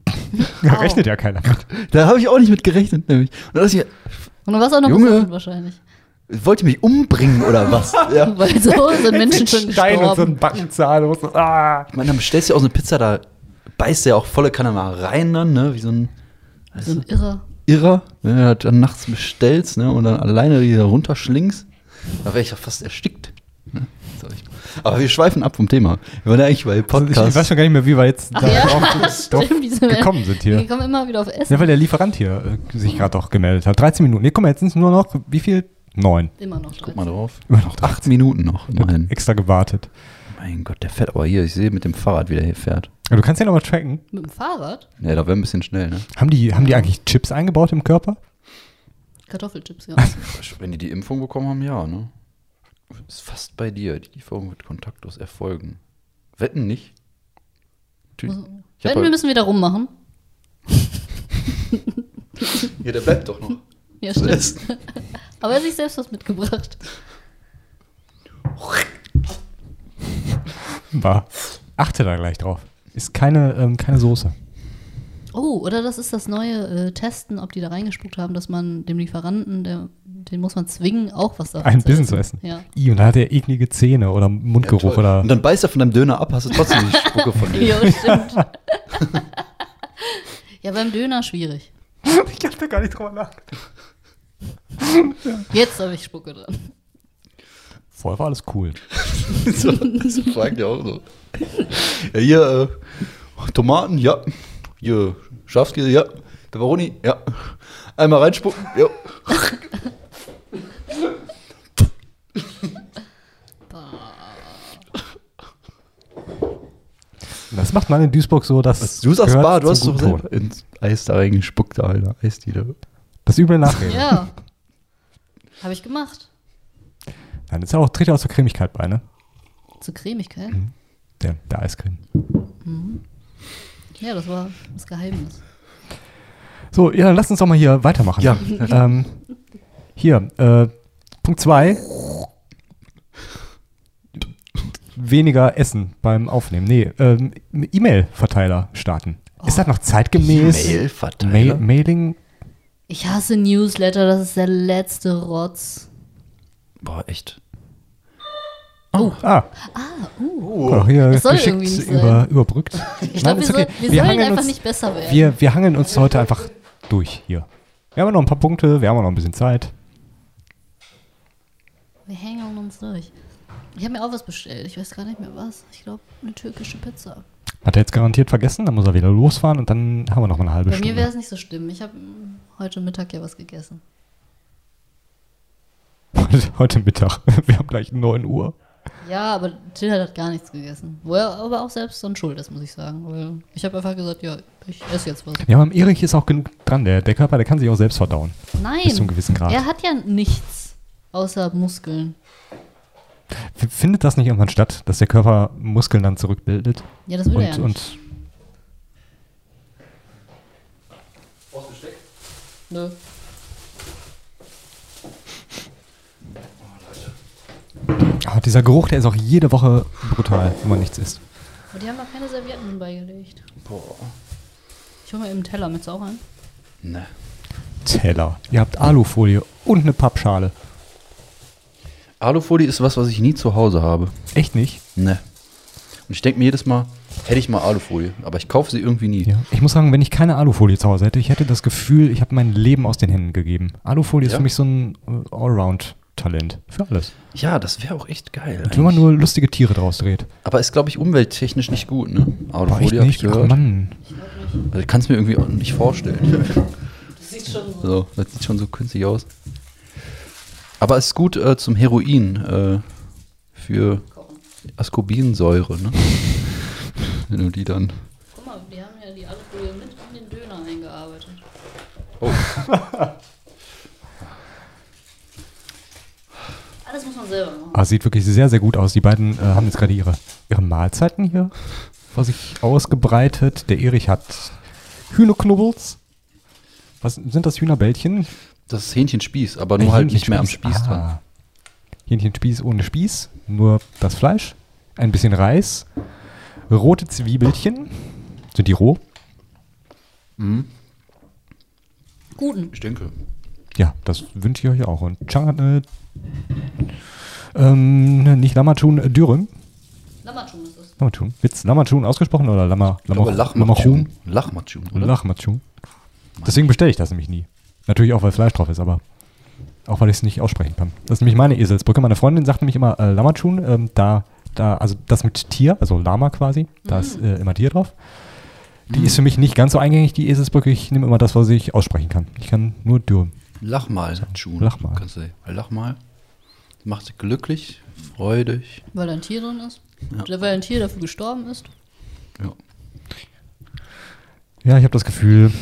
Speaker 1: Oh.
Speaker 2: Da rechnet ja keiner mit.
Speaker 3: Da habe ich auch nicht mit gerechnet, nämlich. Und da dachte ich,
Speaker 1: Und dann war es auch noch
Speaker 3: Junge.
Speaker 1: besoffen wahrscheinlich.
Speaker 3: mir, wollt ihr mich umbringen oder was? ja.
Speaker 1: Weil so sind Menschen schon gestorben.
Speaker 2: Backenzahn. Ah.
Speaker 3: Ich meine, dann bestellst du ja auch so eine Pizza, da beißt du ja auch volle Kanne mal rein dann, ne? Wie so ein weißt
Speaker 1: So ein
Speaker 3: du,
Speaker 1: Irrer.
Speaker 3: Irrer, wenn du das dann nachts bestellst, ne? Und dann alleine die da runterschlingst. Da wäre ich ja fast erstickt. Ne? So, ich- Aber wir schweifen ab vom Thema. Wir waren ja eigentlich bei
Speaker 2: Also ich, ich weiß
Speaker 3: Podcast.
Speaker 2: schon gar nicht mehr, wie wir jetzt da
Speaker 1: ja,
Speaker 2: drauf, drauf
Speaker 1: Stimmt, diese-
Speaker 2: gekommen sind
Speaker 1: Die
Speaker 2: hier.
Speaker 1: kommen immer wieder auf Essen.
Speaker 2: Ja, weil der Lieferant hier äh, sich gerade doch gemeldet hat. 13 Minuten. Nee, guck mal, jetzt sind es nur noch, wie viel? Neun.
Speaker 1: Immer noch.
Speaker 3: Guck
Speaker 1: drin.
Speaker 3: mal drauf.
Speaker 2: Immer noch
Speaker 3: Acht Minuten noch. Nein.
Speaker 2: Extra gewartet.
Speaker 3: Mein Gott, der fährt aber hier. Ich sehe mit dem Fahrrad, wie der hier fährt.
Speaker 2: Ja, du kannst ja nochmal tracken.
Speaker 1: Mit dem Fahrrad?
Speaker 3: Ja, da wäre ein bisschen schnell, ne?
Speaker 2: Haben die, haben die eigentlich Chips eingebaut im Körper?
Speaker 1: Kartoffelchips, ja.
Speaker 3: Wenn die die Impfung bekommen haben, ja, ne? Ist fast bei dir. Die Lieferung wird kontaktlos erfolgen. Wetten nicht?
Speaker 1: Mhm.
Speaker 3: Natürlich. Ich hab
Speaker 1: Wenn
Speaker 3: bei-
Speaker 1: wir müssen wieder rummachen.
Speaker 3: Ja, der bleibt doch noch.
Speaker 1: Ja,
Speaker 3: Zum
Speaker 1: stimmt.
Speaker 3: Essen.
Speaker 1: Aber er hat sich selbst was mitgebracht.
Speaker 2: War. Achte da gleich drauf. Ist keine, ähm, keine Soße.
Speaker 1: Oh, oder das ist das neue äh, Testen, ob die da reingespuckt haben, dass man dem Lieferanten, der, den muss man zwingen, auch was davon
Speaker 2: Ein Bissen zu essen.
Speaker 1: Ja.
Speaker 2: I, und da hat er eklige Zähne oder
Speaker 3: Ja,
Speaker 2: Mundgeruch
Speaker 3: toll.
Speaker 2: oder.
Speaker 3: Und dann beißt er von deinem Döner ab, hast du trotzdem die Spucke von dem.
Speaker 1: Jo, stimmt. ja, beim Döner schwierig.
Speaker 2: ich hab da gar nicht drüber nachgedacht.
Speaker 1: Jetzt habe ich Spucke dran.
Speaker 2: Vorher war alles cool.
Speaker 3: so, so fragt er auch so. Ja, hier, äh, Tomaten, ja. Hier, Schafskäse, ja. Peperoni, ja. Einmal reinspucken, ja.
Speaker 2: Das macht man in Duisburg so, dass.
Speaker 3: Du sagst
Speaker 2: gehört
Speaker 3: Bar,
Speaker 2: zum
Speaker 3: du hast doch
Speaker 2: guten Ton.
Speaker 3: selber ins Eis da reingespuckt, da, Alter. Eisdiele.
Speaker 2: Das üble Nachreden.
Speaker 1: Ja. Habe ich gemacht.
Speaker 2: Nein, das ist auch, tritt ja auch zur Cremigkeit bei, ne?
Speaker 1: Zur Cremigkeit.
Speaker 2: Der, der Eiscreme.
Speaker 1: Ja, das war das Geheimnis.
Speaker 2: So, ja, dann lasst uns doch mal hier weitermachen.
Speaker 3: Ja.
Speaker 2: Ähm, hier, äh, Punkt 2. Weniger Essen beim Aufnehmen. Nee, ähm, E-Mail-Verteiler starten. Ist
Speaker 1: Oh.
Speaker 2: das noch zeitgemäß?
Speaker 3: Mail-Verteiler?
Speaker 2: Ma Mailing?
Speaker 1: Ich hasse Newsletter, das ist der letzte Rotz.
Speaker 3: Boah, echt.
Speaker 2: Ah, guck mal, hier
Speaker 1: uh. Das soll irgendwie nicht sein.
Speaker 2: über, überbrückt.
Speaker 1: Ich glaube, wir,
Speaker 2: ist
Speaker 1: soll, wir, sollen
Speaker 2: hangeln
Speaker 1: einfach
Speaker 2: uns,
Speaker 1: nicht besser werden.
Speaker 2: Wir, wir hangeln uns heute einfach durch hier. Wir haben ja noch ein paar Punkte, wir haben ja noch ein bisschen Zeit.
Speaker 1: Wir hängen uns durch. Ich habe mir auch was bestellt. Ich weiß gar nicht mehr was. Ich glaube, eine türkische Pizza.
Speaker 2: Hat er jetzt garantiert vergessen, dann muss er wieder losfahren und dann haben wir noch mal eine halbe
Speaker 1: Bei
Speaker 2: Stunde.
Speaker 1: mir wäre es nicht so schlimm. Ich habe heute Mittag ja was gegessen.
Speaker 2: Heute- Heute Mittag. Wir haben gleich 9 Uhr.
Speaker 1: Ja, aber Till hat gar nichts gegessen. Wo er aber auch selbst dann schuld ist, muss ich sagen. Weil ich habe einfach gesagt, ja, ich esse jetzt was.
Speaker 2: Ja, beim Erich ist auch genug dran. Der, der Körper, der kann sich auch selbst verdauen.
Speaker 1: Nein.
Speaker 2: Bis zu einem gewissen Grad.
Speaker 1: Er hat ja nichts außer Muskeln.
Speaker 2: F- Findet das nicht irgendwann statt, dass der Körper Muskeln dann zurückbildet?
Speaker 1: Ja, das will
Speaker 2: und,
Speaker 1: er ja nicht.
Speaker 2: und
Speaker 1: Nö.
Speaker 2: Ah, dieser Geruch, der ist auch jede Woche brutal, wenn man nichts isst.
Speaker 1: Und die haben auch keine Servietten beigelegt. Boah. Ich hole mal eben einen Teller. Möchtest du auch einen?
Speaker 3: Ne.
Speaker 2: Teller. Ihr habt Alufolie und eine Pappschale.
Speaker 3: Alufolie ist was, was ich nie zu Hause habe.
Speaker 2: Echt nicht?
Speaker 3: Ne. Und ich denke mir jedes Mal, hätte ich mal Alufolie, aber ich kaufe sie irgendwie nie.
Speaker 2: Ja. Ich muss sagen, wenn ich keine Alufolie zu Hause hätte, ich hätte das Gefühl, ich habe mein Leben aus den Händen gegeben. Alufolie ist
Speaker 3: Ja.
Speaker 2: für mich so ein äh, Allround-Talent. Für alles.
Speaker 3: Ja, das wäre auch echt geil.
Speaker 2: Und wenn man
Speaker 3: eigentlich.
Speaker 2: nur lustige Tiere draus dreht.
Speaker 3: aber ist, glaube ich, umwelttechnisch nicht gut, ne?
Speaker 2: Boah, echt
Speaker 3: Alufolie habe ich
Speaker 2: nicht? Ach,
Speaker 3: gehört.
Speaker 2: Mann.
Speaker 3: Also, ich kann es mir irgendwie auch nicht vorstellen.
Speaker 1: Das sieht schon so.
Speaker 3: so, das sieht schon so künstlich aus. Aber es ist gut äh, zum Heroin äh, für Ascorbinsäure, ne? wenn du die dann.
Speaker 1: Guck mal, die haben ja die Alufolie mit in den Döner eingearbeitet.
Speaker 3: Oh.
Speaker 1: Alles muss man selber machen.
Speaker 2: Ah, sieht wirklich sehr, sehr gut aus. Die beiden äh, haben jetzt gerade ihre, ihre Mahlzeiten hier vor sich ausgebreitet. Der Erich hat Hühnerknubbels. Was sind das Hühnerbällchen?
Speaker 3: Das ist Hähnchenspieß, aber nur halt nicht mehr am Spieß
Speaker 2: Hähnchenspieß.
Speaker 3: dran.
Speaker 2: Ah. Hähnchenspieß ohne Spieß, nur das Fleisch, ein bisschen Reis, rote Zwiebelchen. Sind die roh?
Speaker 1: Guten.
Speaker 3: Ich denke.
Speaker 2: Ja, das wünsche ich euch auch. Und Chang hat eine, ähm, nicht Lamachun, äh, Dürüm.
Speaker 1: Lammertschum ist es.
Speaker 2: Lamachun. Witz, Lamachun ausgesprochen oder Lama,
Speaker 3: Ich glaube,
Speaker 2: Lamach-
Speaker 3: Lachmatschum. Lachmatschum, oder?
Speaker 2: Lachmatschum. Deswegen bestelle ich das nämlich nie. Natürlich auch, weil Fleisch drauf ist, aber auch, weil ich es nicht aussprechen kann. Das ist nämlich meine Eselsbrücke. Meine Freundin sagt nämlich immer äh, Lamachun, ähm, da, da, also das mit Tier, also Lama quasi, da ist äh, immer Tier drauf. Die ist für mich nicht ganz so eingängig, die Eselsbrücke. Ich nehme immer das, was ich aussprechen kann. Ich kann nur Dürr.
Speaker 3: Lach mal, June.
Speaker 2: Lach mal.
Speaker 3: Kannst du, lach mal. Macht dich glücklich, freudig.
Speaker 1: Weil da ein Tier drin ist.
Speaker 3: Ja.
Speaker 1: Weil ein Tier dafür gestorben ist.
Speaker 3: Ja.
Speaker 2: Ja, ich habe das Gefühl,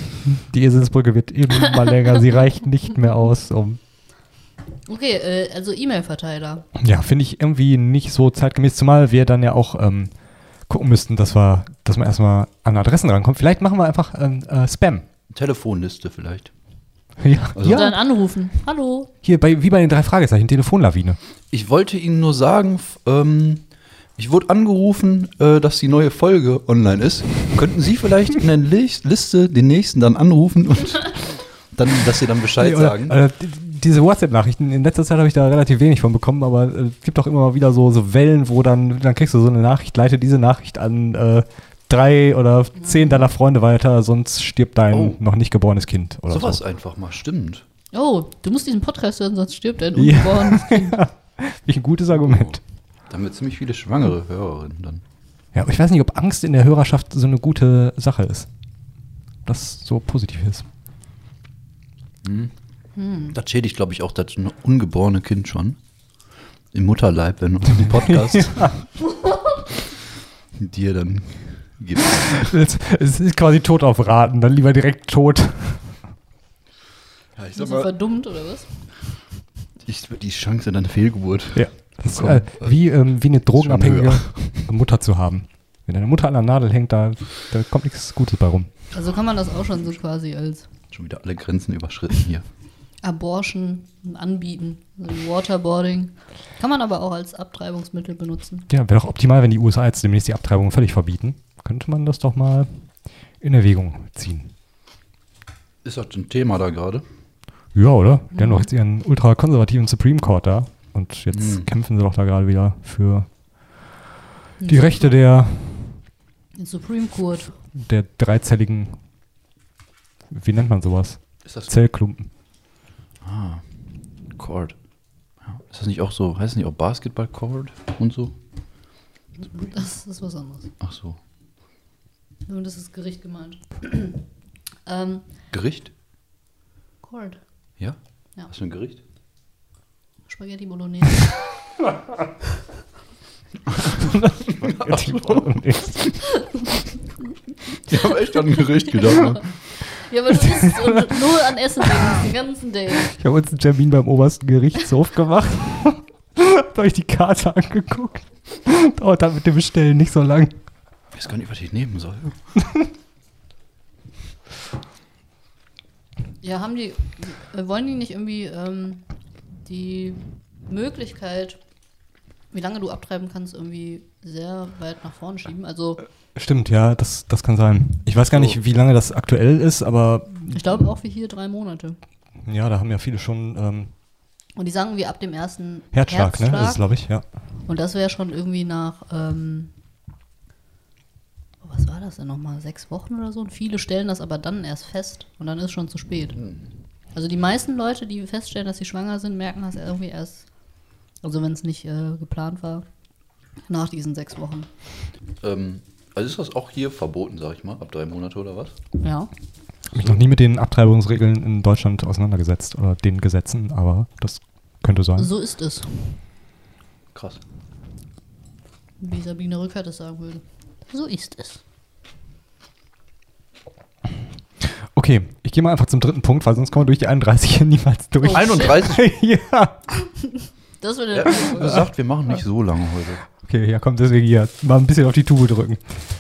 Speaker 2: die Eselsbrücke wird immer mal länger. Sie reicht nicht mehr aus, um
Speaker 1: Okay, äh, also E-Mail-Verteiler.
Speaker 2: Ja, finde ich irgendwie nicht so zeitgemäß, zumal wir dann ja auch ähm, gucken müssten, dass wir, dass man erstmal an Adressen rankommt. Vielleicht machen wir einfach ähm, äh, Spam.
Speaker 3: Telefonliste vielleicht.
Speaker 2: Ja,
Speaker 3: Also-
Speaker 1: Und dann
Speaker 2: ja.
Speaker 1: anrufen. Hallo.
Speaker 2: hier bei, wie bei den drei Fragezeichen, Telefonlawine.
Speaker 3: Ich wollte Ihnen nur sagen, f- ähm, ich wurde angerufen, äh, dass die neue Folge online ist. Könnten Sie vielleicht in der Lis- Liste den nächsten dann anrufen und dann, dass Sie dann Bescheid
Speaker 2: Oder-
Speaker 3: sagen?
Speaker 2: oder Äh, d- diese WhatsApp-Nachrichten, in letzter Zeit habe ich da relativ wenig von bekommen, aber äh, es gibt auch immer mal wieder so, so Wellen, wo dann, dann kriegst du so eine Nachricht, leite diese Nachricht an äh, drei oder zehn deiner Freunde weiter, sonst stirbt dein
Speaker 3: Oh.
Speaker 2: noch nicht geborenes Kind oder
Speaker 3: Sowas
Speaker 2: so.
Speaker 3: einfach mal, stimmt.
Speaker 1: Oh, du musst diesen Podcast hören, sonst stirbt dein
Speaker 2: Ja.
Speaker 1: Ungeborenes.
Speaker 2: Wie ein gutes
Speaker 3: Oh.
Speaker 2: Argument.
Speaker 3: Da haben wir ziemlich viele schwangere Hörerinnen dann.
Speaker 2: Ja, aber ich weiß nicht, ob Angst in der Hörerschaft so eine gute Sache ist. Das so positiv ist.
Speaker 3: Das schädigt, glaube ich, auch das ungeborene Kind schon. Im Mutterleib, wenn du den Podcast dir dann gibt.
Speaker 2: Es ist quasi tot auf Raten, dann lieber direkt tot.
Speaker 3: Ja, ich
Speaker 1: Bist du verdummt oder was?
Speaker 3: ich, die Chance dann Fehlgeburt.
Speaker 2: Ja. Das ist,
Speaker 3: Komm,
Speaker 2: äh, wie, ähm, wie eine drogenabhängige
Speaker 3: höher.
Speaker 2: Mutter zu haben. Wenn deine Mutter an der Nadel hängt, da, da kommt nichts Gutes bei rum.
Speaker 1: Also kann man das auch schon so quasi als
Speaker 3: Schon wieder alle Grenzen überschritten hier.
Speaker 1: Abortion anbieten. Also Waterboarding. Kann man aber auch als Abtreibungsmittel benutzen.
Speaker 2: Ja, wäre doch optimal, wenn die USA jetzt demnächst die Abtreibung völlig verbieten. Könnte man das doch mal in Erwägung ziehen.
Speaker 3: Ist das ein Thema da gerade?
Speaker 2: Ja, oder? Die haben doch jetzt ihren ultrakonservativen Supreme Court da. Und jetzt
Speaker 3: Mhm.
Speaker 2: kämpfen sie doch da gerade wieder für die Rechte der,
Speaker 1: Den Supreme Court.
Speaker 2: der dreizelligen, wie nennt man sowas?
Speaker 3: Ist das
Speaker 2: Zellklumpen.
Speaker 3: ah, Chord. Ja. Ist das nicht auch so, heißt das nicht auch Basketball Chord und so?
Speaker 1: Das ist was anderes.
Speaker 3: Ach so.
Speaker 1: Nur das ist Gericht gemeint. ähm,
Speaker 3: Gericht?
Speaker 1: Court.
Speaker 3: Ja?
Speaker 1: Ja.
Speaker 3: Hast du ein Gericht?
Speaker 1: Spaghetti Bolognese.
Speaker 3: Ich habe echt an ein Gericht gedacht. Ne?
Speaker 1: Ja, aber du bist und nur an Essen denkst, den ganzen Day.
Speaker 2: Ich habe uns einen Termin beim obersten Gerichtshof gemacht. Hab euch die Karte angeguckt. Dauert dann mit dem Bestellen nicht so lang.
Speaker 3: Ich weiß gar nicht, was ich nehmen soll.
Speaker 1: Ja, haben die, äh, wollen die nicht irgendwie ähm, die Möglichkeit, wie lange du abtreiben kannst, irgendwie sehr weit nach vorne schieben? Also,
Speaker 2: Stimmt, ja, das, das kann sein. Ich weiß gar
Speaker 3: So.
Speaker 2: nicht, wie lange das aktuell ist, aber
Speaker 1: ich glaube auch wie hier drei Monate.
Speaker 2: ja, da haben ja viele schon ähm,
Speaker 1: Und die sagen, wie ab dem ersten
Speaker 2: Herzschlag,
Speaker 1: Herzschlag
Speaker 2: ne? Das ist, glaube ich, ja.
Speaker 1: Und das wäre schon irgendwie nach, ähm, oh, was war das denn nochmal, sechs Wochen oder so? Und viele stellen das aber dann erst fest und dann ist schon zu spät. Also die meisten Leute, die feststellen, dass sie schwanger sind, merken das irgendwie erst, also wenn es nicht äh, geplant war, nach diesen sechs Wochen.
Speaker 3: Ähm, also ist das auch hier verboten, sag ich mal, ab drei Monate oder was?
Speaker 1: Ja.
Speaker 2: Ich mich noch nie mit den Abtreibungsregeln in Deutschland auseinandergesetzt oder den Gesetzen, aber das könnte sein.
Speaker 1: So ist es,
Speaker 3: Krass.
Speaker 1: wie Sabine Rückert es sagen würde. So ist es.
Speaker 2: Okay, ich gehe mal einfach zum dritten Punkt, weil sonst kommen wir durch die 31 hier niemals durch.
Speaker 1: Oh,
Speaker 3: 31?
Speaker 2: ja.
Speaker 1: Das wird
Speaker 3: Er
Speaker 1: ja.
Speaker 3: hat gesagt, wir machen nicht so lange heute.
Speaker 2: Okay, ja, komm, deswegen hier. Mal ein bisschen auf die Tube drücken.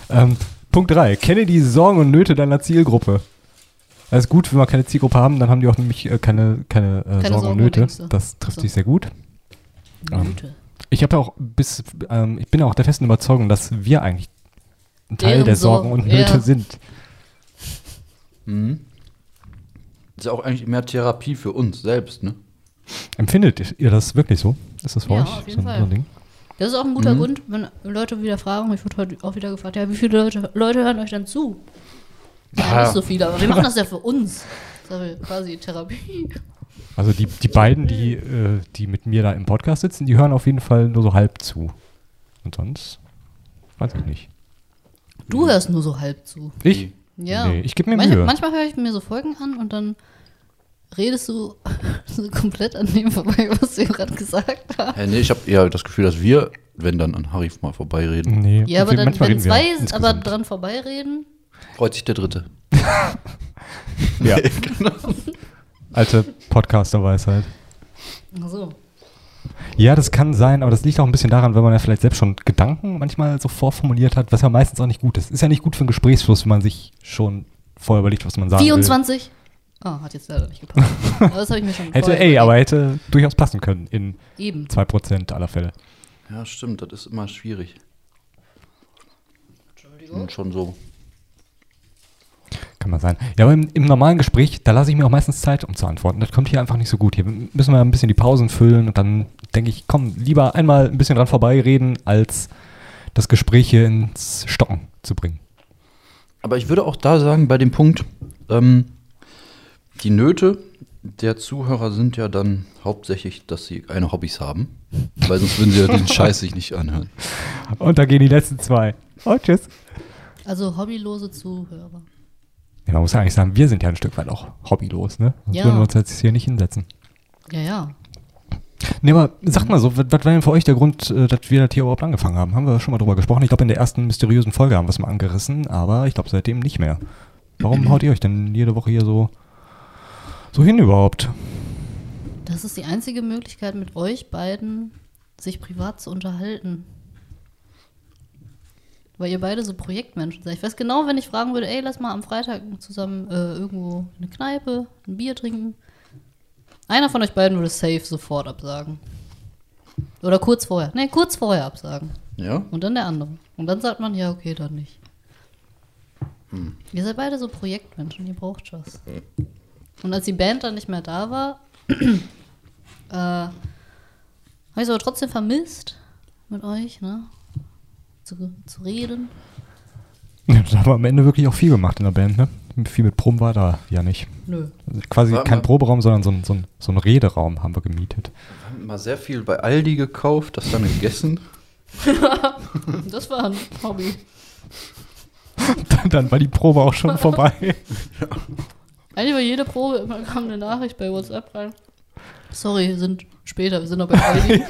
Speaker 2: Ähm, Punkt 3. Kenne die Sorgen und Nöte deiner Zielgruppe. Das ist gut, wenn wir keine Zielgruppe haben, dann haben die auch nämlich äh, keine, keine, äh, Sorgen und
Speaker 1: Sorgen und
Speaker 2: Nöte.
Speaker 1: Ängste.
Speaker 2: das trifft
Speaker 1: So.
Speaker 2: sich sehr gut.
Speaker 1: Minute.
Speaker 2: Ich habe ja auch bis, ähm, ich bin ja auch der festen Überzeugung, dass wir eigentlich ein Teil
Speaker 1: Deren
Speaker 2: der Sorgen
Speaker 1: Sorgen,
Speaker 2: und Nöte
Speaker 1: ja.
Speaker 2: sind.
Speaker 3: Mhm. Ist ja auch eigentlich mehr Therapie für uns selbst, ne?
Speaker 2: Empfindet ihr das wirklich so? Ist das für
Speaker 1: Ja,
Speaker 2: euch
Speaker 1: auf jeden
Speaker 2: so, ein-
Speaker 1: Fall.
Speaker 2: so ein Ding?
Speaker 1: Das ist auch ein guter
Speaker 2: Mhm.
Speaker 1: Grund, wenn Leute wieder fragen, ich wurde heute auch wieder gefragt, ja, wie viele Leute, Leute hören euch dann zu? Ja,
Speaker 3: Ah.
Speaker 1: nicht so viele, aber wir machen das ja für uns. Das ist ja quasi Therapie.
Speaker 2: Also die, die beiden, die, äh, die mit mir da im Podcast sitzen, die hören auf jeden Fall nur so halb zu. Und sonst weiß ich nicht.
Speaker 1: Du hörst nur so halb zu.
Speaker 2: Ich?
Speaker 1: Ja.
Speaker 2: Mhm. Nee, ich gebe mir
Speaker 1: Manch-
Speaker 2: Mühe.
Speaker 1: Manchmal höre ich mir so Folgen an und dann redest du so komplett an dem vorbei, was wir gerade gesagt haben.
Speaker 3: Äh, nee, ich habe eher das Gefühl, dass wir, wenn dann, an Harif mal vorbeireden.
Speaker 2: Nee,
Speaker 1: Ja, aber
Speaker 2: wir-
Speaker 1: dann,
Speaker 2: manchmal
Speaker 1: wenn
Speaker 2: reden wir
Speaker 1: zwei aber
Speaker 2: insgesamt.
Speaker 1: dran vorbeireden,
Speaker 3: Freut sich der Dritte. Genau.
Speaker 2: Ja. Alte Podcasterweisheit.
Speaker 1: so.
Speaker 2: Ja, das kann sein, aber das liegt auch ein bisschen daran, wenn man ja vielleicht selbst schon Gedanken manchmal so vorformuliert hat, was ja meistens auch nicht gut ist. Ist ja nicht gut für einen Gesprächsfluss, wenn man sich schon vorher überlegt, was man sagen will.
Speaker 1: 24 Ah, hat jetzt leider nicht gepasst. aber das habe ich mir schon
Speaker 2: Hätte,
Speaker 1: vorher
Speaker 2: ey,
Speaker 1: überlegt.
Speaker 2: aber hätte durchaus passen können in
Speaker 1: Eben.
Speaker 2: 2% aller Fälle.
Speaker 3: Ja, stimmt, das ist immer schwierig.
Speaker 1: Entschuldigung.
Speaker 3: Und schon so.
Speaker 2: Kann man sein. Ja, aber im, im normalen Gespräch, da lasse ich mir auch meistens Zeit, um zu antworten. Das kommt hier einfach nicht so gut. Hier müssen wir ein bisschen die Pausen füllen und dann denke ich, komm, lieber einmal ein bisschen dran vorbeireden, als das Gespräch hier ins Stocken zu bringen.
Speaker 3: Aber ich würde auch da sagen, bei dem Punkt, ähm, die Nöte der Zuhörer sind ja dann hauptsächlich, dass sie keine Hobbys haben. Weil sonst würden sie ja den Scheiß sich nicht anhören.
Speaker 2: Und da gehen die letzten zwei. Oh, tschüss.
Speaker 1: Also hobbylose Zuhörer.
Speaker 2: Ja, man muss ja eigentlich sagen, wir sind ja ein Stück weit auch hobbylos, ne? Sonst
Speaker 1: Ja.
Speaker 2: würden wir uns jetzt hier nicht hinsetzen.
Speaker 1: Ja, ja.
Speaker 2: Nee, aber sagt mal so, was was war denn für euch der Grund, äh, dass wir das hier überhaupt angefangen haben? Haben wir schon mal drüber gesprochen? Ich glaube, in der ersten mysteriösen Folge haben wir es mal angerissen, aber ich glaube seitdem nicht mehr. Warum haut ihr euch denn jede Woche hier so, so hin überhaupt?
Speaker 1: Das ist die einzige Möglichkeit, mit euch beiden sich privat zu unterhalten. Weil ihr beide so Projektmenschen seid. Ich weiß genau, wenn ich fragen würde, ey, lass mal am Freitag zusammen äh, irgendwo in eine Kneipe, ein Bier trinken. Einer von euch beiden würde safe sofort absagen. Oder kurz vorher. Nee, kurz vorher absagen.
Speaker 3: Ja?
Speaker 1: Und dann der andere. Und dann sagt man, ja, okay, dann nicht. Ihr seid beide so Projektmenschen, ihr braucht das. Und als die Band dann nicht mehr da war, äh, habe ich es aber trotzdem vermisst, mit euch, ne? Zu, zu reden.
Speaker 2: Ja, Da haben wir am Ende wirklich auch viel gemacht in der Band, ne? Viel mit Prom war da ja nicht.
Speaker 1: Nö.
Speaker 2: Also quasi
Speaker 3: Warte
Speaker 2: kein
Speaker 3: mal.
Speaker 2: Proberaum, sondern so ein, so, ein, so ein Rederaum haben wir gemietet.
Speaker 3: Haben Mal sehr viel bei Aldi gekauft, das dann gegessen.
Speaker 1: Das war ein Hobby.
Speaker 2: Dann, dann war die Probe auch schon vorbei.
Speaker 1: Eigentlich war jede Probe, immer kam eine Nachricht bei WhatsApp rein. Sorry, wir sind später, wir sind noch bei Aldi.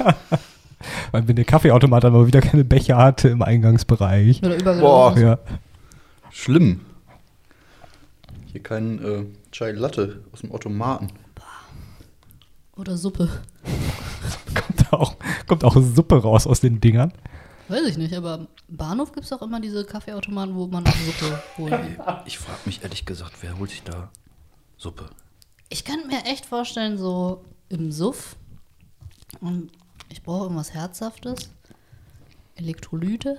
Speaker 2: Weil wenn der Kaffeeautomat dann mal wieder keine Becher hatte im Eingangsbereich.
Speaker 1: Oder
Speaker 3: Boah.
Speaker 1: übergelaufen. ist.
Speaker 2: Ja.
Speaker 3: Schlimm. Hier kein äh, Chai Latte aus dem Automaten.
Speaker 1: Oder Suppe.
Speaker 2: Kommt auch, kommt auch Suppe raus aus den Dingern.
Speaker 1: Weiß ich nicht, aber im Bahnhof gibt es auch immer diese Kaffeeautomaten, wo man auch Suppe holen will.
Speaker 3: Ich frage mich ehrlich gesagt, wer holt sich da Suppe?
Speaker 1: Ich kann mir echt vorstellen, so im Suff, und ich brauche irgendwas Herzhaftes, Elektrolyte,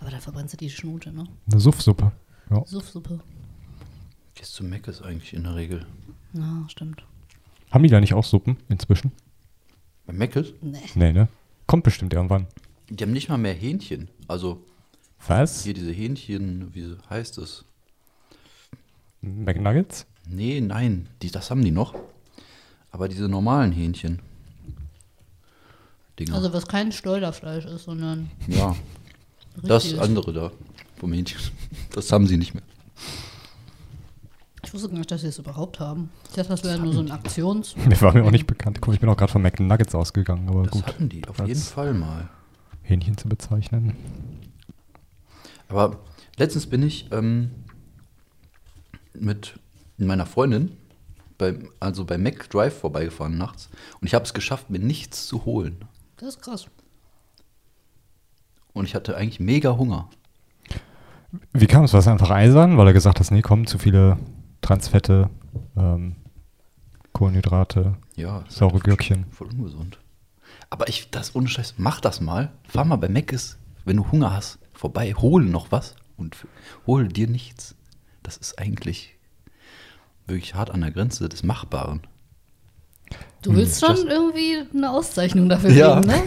Speaker 1: aber da verbrennst du die Schnute, ne?
Speaker 2: Eine Suffsuppe. Ja.
Speaker 1: Suffsuppe.
Speaker 3: Gehst zu Meckes eigentlich in der Regel.
Speaker 1: Ja, stimmt.
Speaker 2: Haben die da nicht auch Suppen inzwischen?
Speaker 3: Bei Meckes?
Speaker 1: Nee.
Speaker 2: Nee, ne? Kommt bestimmt irgendwann.
Speaker 3: Die haben nicht mal mehr Hähnchen. Also
Speaker 2: Was?
Speaker 3: hier diese Hähnchen, wie heißt es?
Speaker 2: McNuggets?
Speaker 3: Nee, nein, die, das haben die noch. Aber diese normalen Hähnchen. Dinger.
Speaker 1: Also was kein Stolderfleisch ist, sondern
Speaker 3: ja, das
Speaker 1: richtiges.
Speaker 3: andere da vom Hähnchen. Das haben sie nicht mehr.
Speaker 1: Ich wusste gar nicht, dass sie es überhaupt haben. Ich dachte, das wäre nur so ein Aktions...
Speaker 2: Mir war mir auch nicht bekannt. Guck, ich bin auch gerade von McNuggets ausgegangen, aber
Speaker 3: Das
Speaker 2: gut.
Speaker 3: hatten die auf
Speaker 2: als
Speaker 3: jeden Fall mal.
Speaker 2: Hähnchen zu bezeichnen.
Speaker 3: Aber letztens bin ich ähm, mit meiner Freundin beim, also bei Mac Drive vorbeigefahren nachts und ich habe es geschafft, mir nichts zu holen.
Speaker 1: Das ist krass.
Speaker 3: Und ich hatte eigentlich mega Hunger.
Speaker 2: Wie kam es? War es einfach eisern, weil er gesagt hat, nee, kommen zu viele Transfette, ähm, Kohlenhydrate,
Speaker 3: Ja, das
Speaker 2: saure
Speaker 3: ist halt
Speaker 2: Gürkchen.
Speaker 3: Voll ungesund. Aber ich, das ohne Scheiß, mach das mal. Fahr mal bei Mac ist, wenn du Hunger hast, vorbei, hol noch was und f- hol dir nichts. Das ist eigentlich wirklich hart an der Grenze des Machbaren.
Speaker 1: Du willst schon irgendwie eine Auszeichnung dafür
Speaker 3: Hm, Ja.
Speaker 1: kriegen, ne?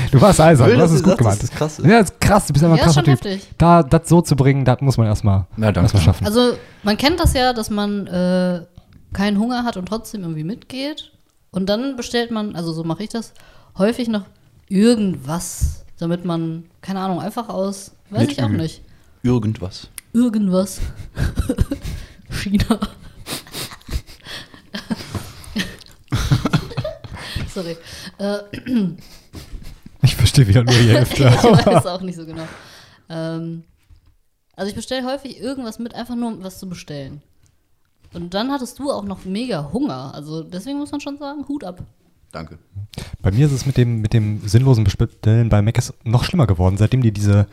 Speaker 2: Du warst eisern,
Speaker 3: Will,
Speaker 2: du hast
Speaker 3: dass
Speaker 2: es
Speaker 3: du
Speaker 2: gut
Speaker 3: sagst,
Speaker 2: gemacht.
Speaker 3: das ist krass.
Speaker 2: Ja, das ist krass, du bist einfach
Speaker 1: Ja,
Speaker 2: ein
Speaker 1: ist
Speaker 2: krasser
Speaker 1: schon
Speaker 2: Typ.
Speaker 1: heftig.
Speaker 2: Da, das so zu bringen, das muss man erstmal
Speaker 3: Na, danke.
Speaker 2: erstmal schaffen.
Speaker 1: Also, man kennt das ja, dass man äh, keinen Hunger hat und trotzdem irgendwie mitgeht. Und dann bestellt man, also so mache ich das, häufig noch irgendwas, damit man, keine Ahnung, einfach aus, weiß
Speaker 3: Mit
Speaker 1: ich auch
Speaker 3: Ü.
Speaker 1: nicht,
Speaker 3: Irgendwas.
Speaker 1: irgendwas. China. Sorry. Äh,
Speaker 2: ich verstehe wieder nur die Hälfte.
Speaker 1: ich weiß auch nicht so genau. Ähm, also ich bestelle häufig irgendwas mit, einfach nur um was zu bestellen. Und dann hattest du auch noch mega Hunger. Also deswegen muss man schon sagen, Hut ab.
Speaker 3: Danke.
Speaker 2: Bei mir ist es mit dem, mit dem sinnlosen Bestellen bei Mac ist noch schlimmer geworden, seitdem die diese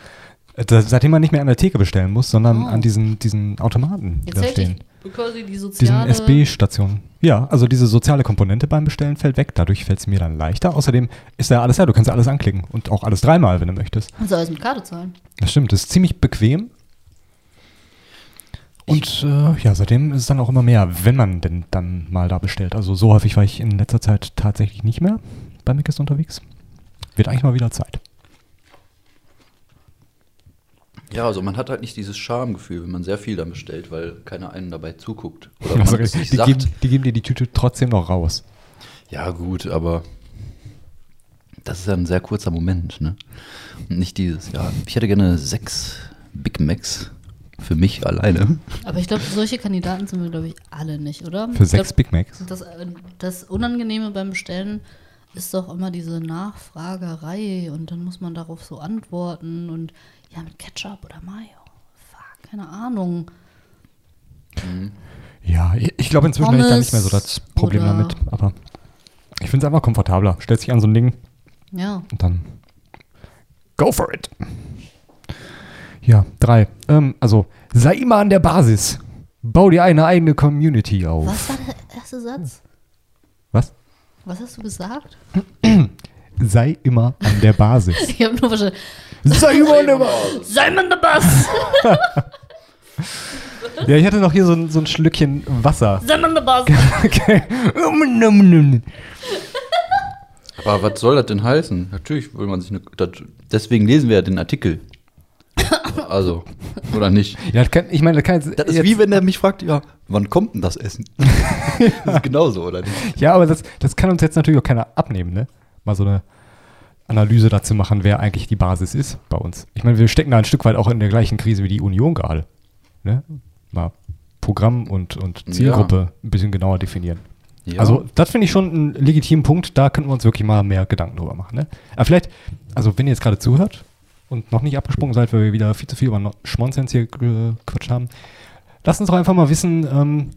Speaker 2: äh, Da- Seitdem man nicht mehr an der Theke bestellen muss, sondern
Speaker 1: Oh.
Speaker 2: an diesen, diesen Automaten, die
Speaker 1: Jetzt
Speaker 2: da
Speaker 1: hält
Speaker 2: stehen.
Speaker 1: dich quasi die
Speaker 2: Diesen
Speaker 1: soziale.
Speaker 2: SB-Stationen. Ja, also diese soziale Komponente beim Bestellen fällt weg. Dadurch fällt es mir dann leichter. Außerdem ist ja alles da. Du kannst ja alles anklicken und auch alles dreimal, wenn du möchtest.
Speaker 1: Kannst du alles mit Karte zahlen.
Speaker 2: Das stimmt. Das ist ziemlich bequem. Und äh, ja, seitdem ist es dann auch immer mehr, wenn man denn dann mal da bestellt. Also so häufig war ich in letzter Zeit tatsächlich nicht mehr bei Mc's unterwegs. Wird eigentlich mal wieder Zeit.
Speaker 3: Ja, also man hat halt nicht dieses Schamgefühl, wenn man sehr viel dann bestellt, weil keiner einen dabei zuguckt. Oder man
Speaker 2: Also,
Speaker 3: es nicht
Speaker 2: die,
Speaker 3: sagt.
Speaker 2: geben, die geben dir die Tüte trotzdem noch raus.
Speaker 3: Ja, gut, aber das ist ja ein sehr kurzer Moment, ne? Und nicht dieses, ja. Ich hätte gerne sechs Big Macs für mich alleine.
Speaker 1: Aber ich glaube, solche Kandidaten sind wir, glaube ich, alle nicht, oder?
Speaker 2: Für
Speaker 1: ich
Speaker 2: sechs
Speaker 1: glaub,
Speaker 2: Big Macs.
Speaker 1: Das, äh, das Unangenehme beim Bestellen ist doch immer diese Nachfragerei und dann muss man darauf so antworten und ja, mit Ketchup oder Mayo. Fuck, keine Ahnung.
Speaker 2: Ja, ich, ich glaube, inzwischen habe ich da
Speaker 1: Pommes
Speaker 2: nicht mehr so das Problem
Speaker 1: oder-
Speaker 2: damit. Aber ich finde es einfach komfortabler. Stellst dich an so ein Ding
Speaker 1: Ja.
Speaker 2: und dann go for it. Ja, drei. Ähm, also, sei immer an der Basis. Bau dir eine eigene Community auf.
Speaker 1: Was war der erste Satz?
Speaker 2: Was?
Speaker 1: Was hast du gesagt?
Speaker 2: Sei immer an der Basis.
Speaker 1: Ich habe nur verstanden.
Speaker 2: sei immer an der Basis.
Speaker 1: Sei man der Bass!
Speaker 2: Ja, ich hatte noch hier so ein, so ein Schlückchen Wasser.
Speaker 1: Sei man der Bass!
Speaker 2: Okay. Um, ja,
Speaker 3: Aber was soll das denn heißen? Natürlich will man sich eine. Das, deswegen lesen wir ja den Artikel. Also, oder nicht?
Speaker 2: das kann, ich meine, das kann jetzt,
Speaker 3: Das ist
Speaker 2: jetzt
Speaker 3: wie wenn er mich fragt, ja, wann kommt denn das Essen? das ist genauso, oder nicht?
Speaker 2: Ja, aber das, das kann uns jetzt natürlich auch keiner abnehmen, ne? Mal so eine Analyse dazu machen, wer eigentlich die Basis ist bei uns. Ich meine, wir stecken da ein Stück weit auch in der gleichen Krise wie die Union gerade. Ne? Mal Programm und, und Zielgruppe ein bisschen genauer definieren.
Speaker 3: Ja.
Speaker 2: Also, das finde ich schon einen legitimen Punkt. Da könnten wir uns wirklich mal mehr Gedanken drüber machen. Ne? Aber vielleicht, also, wenn ihr jetzt gerade zuhört und noch nicht abgesprungen seid, weil wir wieder viel zu viel über No- Schmonzens hier gequatscht haben, lasst uns doch einfach mal wissen, ähm,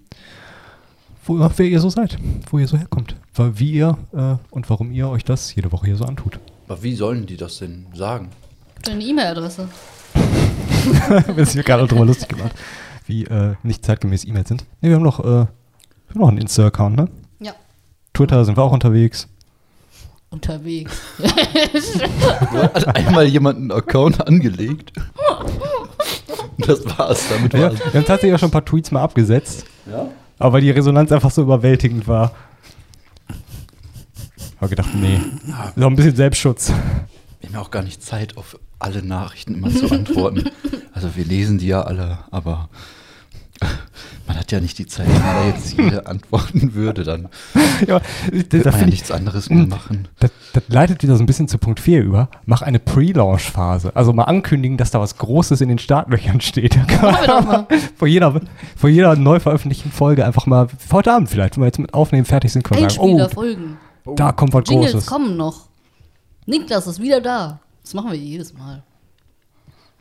Speaker 2: wo, wer ihr so seid, wo ihr so herkommt, wa- wie ihr äh, und warum ihr euch das jede Woche hier so antut.
Speaker 3: Aber wie sollen die das denn sagen?
Speaker 1: Deine E-Mail-Adresse.
Speaker 2: wir sind hier gerade drüber lustig gemacht, wie äh, nicht zeitgemäß E-Mails sind. Ne, wir haben noch, äh, wir haben noch einen Insta-Account, ne?
Speaker 1: Ja.
Speaker 2: Twitter sind wir auch unterwegs.
Speaker 1: Unterwegs.
Speaker 3: Hat einmal jemand einen Account angelegt? Das war's, damit Also,
Speaker 2: Ja,
Speaker 3: war's.
Speaker 2: wir haben tatsächlich ja schon ein paar Tweets mal abgesetzt.
Speaker 3: Ja?
Speaker 2: Aber die Resonanz einfach so überwältigend war. Hab gedacht, nee. So ein bisschen Selbstschutz.
Speaker 3: Wir haben ja auch gar nicht Zeit, auf alle Nachrichten immer zu antworten. Also wir lesen die ja alle, aber man hat ja nicht die Zeit, wenn man da jetzt jede antworten würde, dann
Speaker 2: Ja, das,
Speaker 3: würde
Speaker 2: da
Speaker 3: man ja
Speaker 2: find ich,
Speaker 3: nichts anderes mehr machen.
Speaker 2: das, das leitet wieder so ein bisschen zu Punkt 4 über. Mach eine Pre-Launch-Phase. Also mal ankündigen, dass da was Großes in den Startlöchern steht. vor, jeder, vor jeder neu veröffentlichten Folge einfach mal, heute Abend vielleicht, wenn wir jetzt mit Aufnehmen fertig sind, können wir
Speaker 1: Einspieler
Speaker 2: sagen,
Speaker 1: folgen.
Speaker 2: oh, da kommt was
Speaker 1: Jingles
Speaker 2: Großes.
Speaker 1: kommen noch. Niklas ist wieder da. Das machen wir jedes Mal.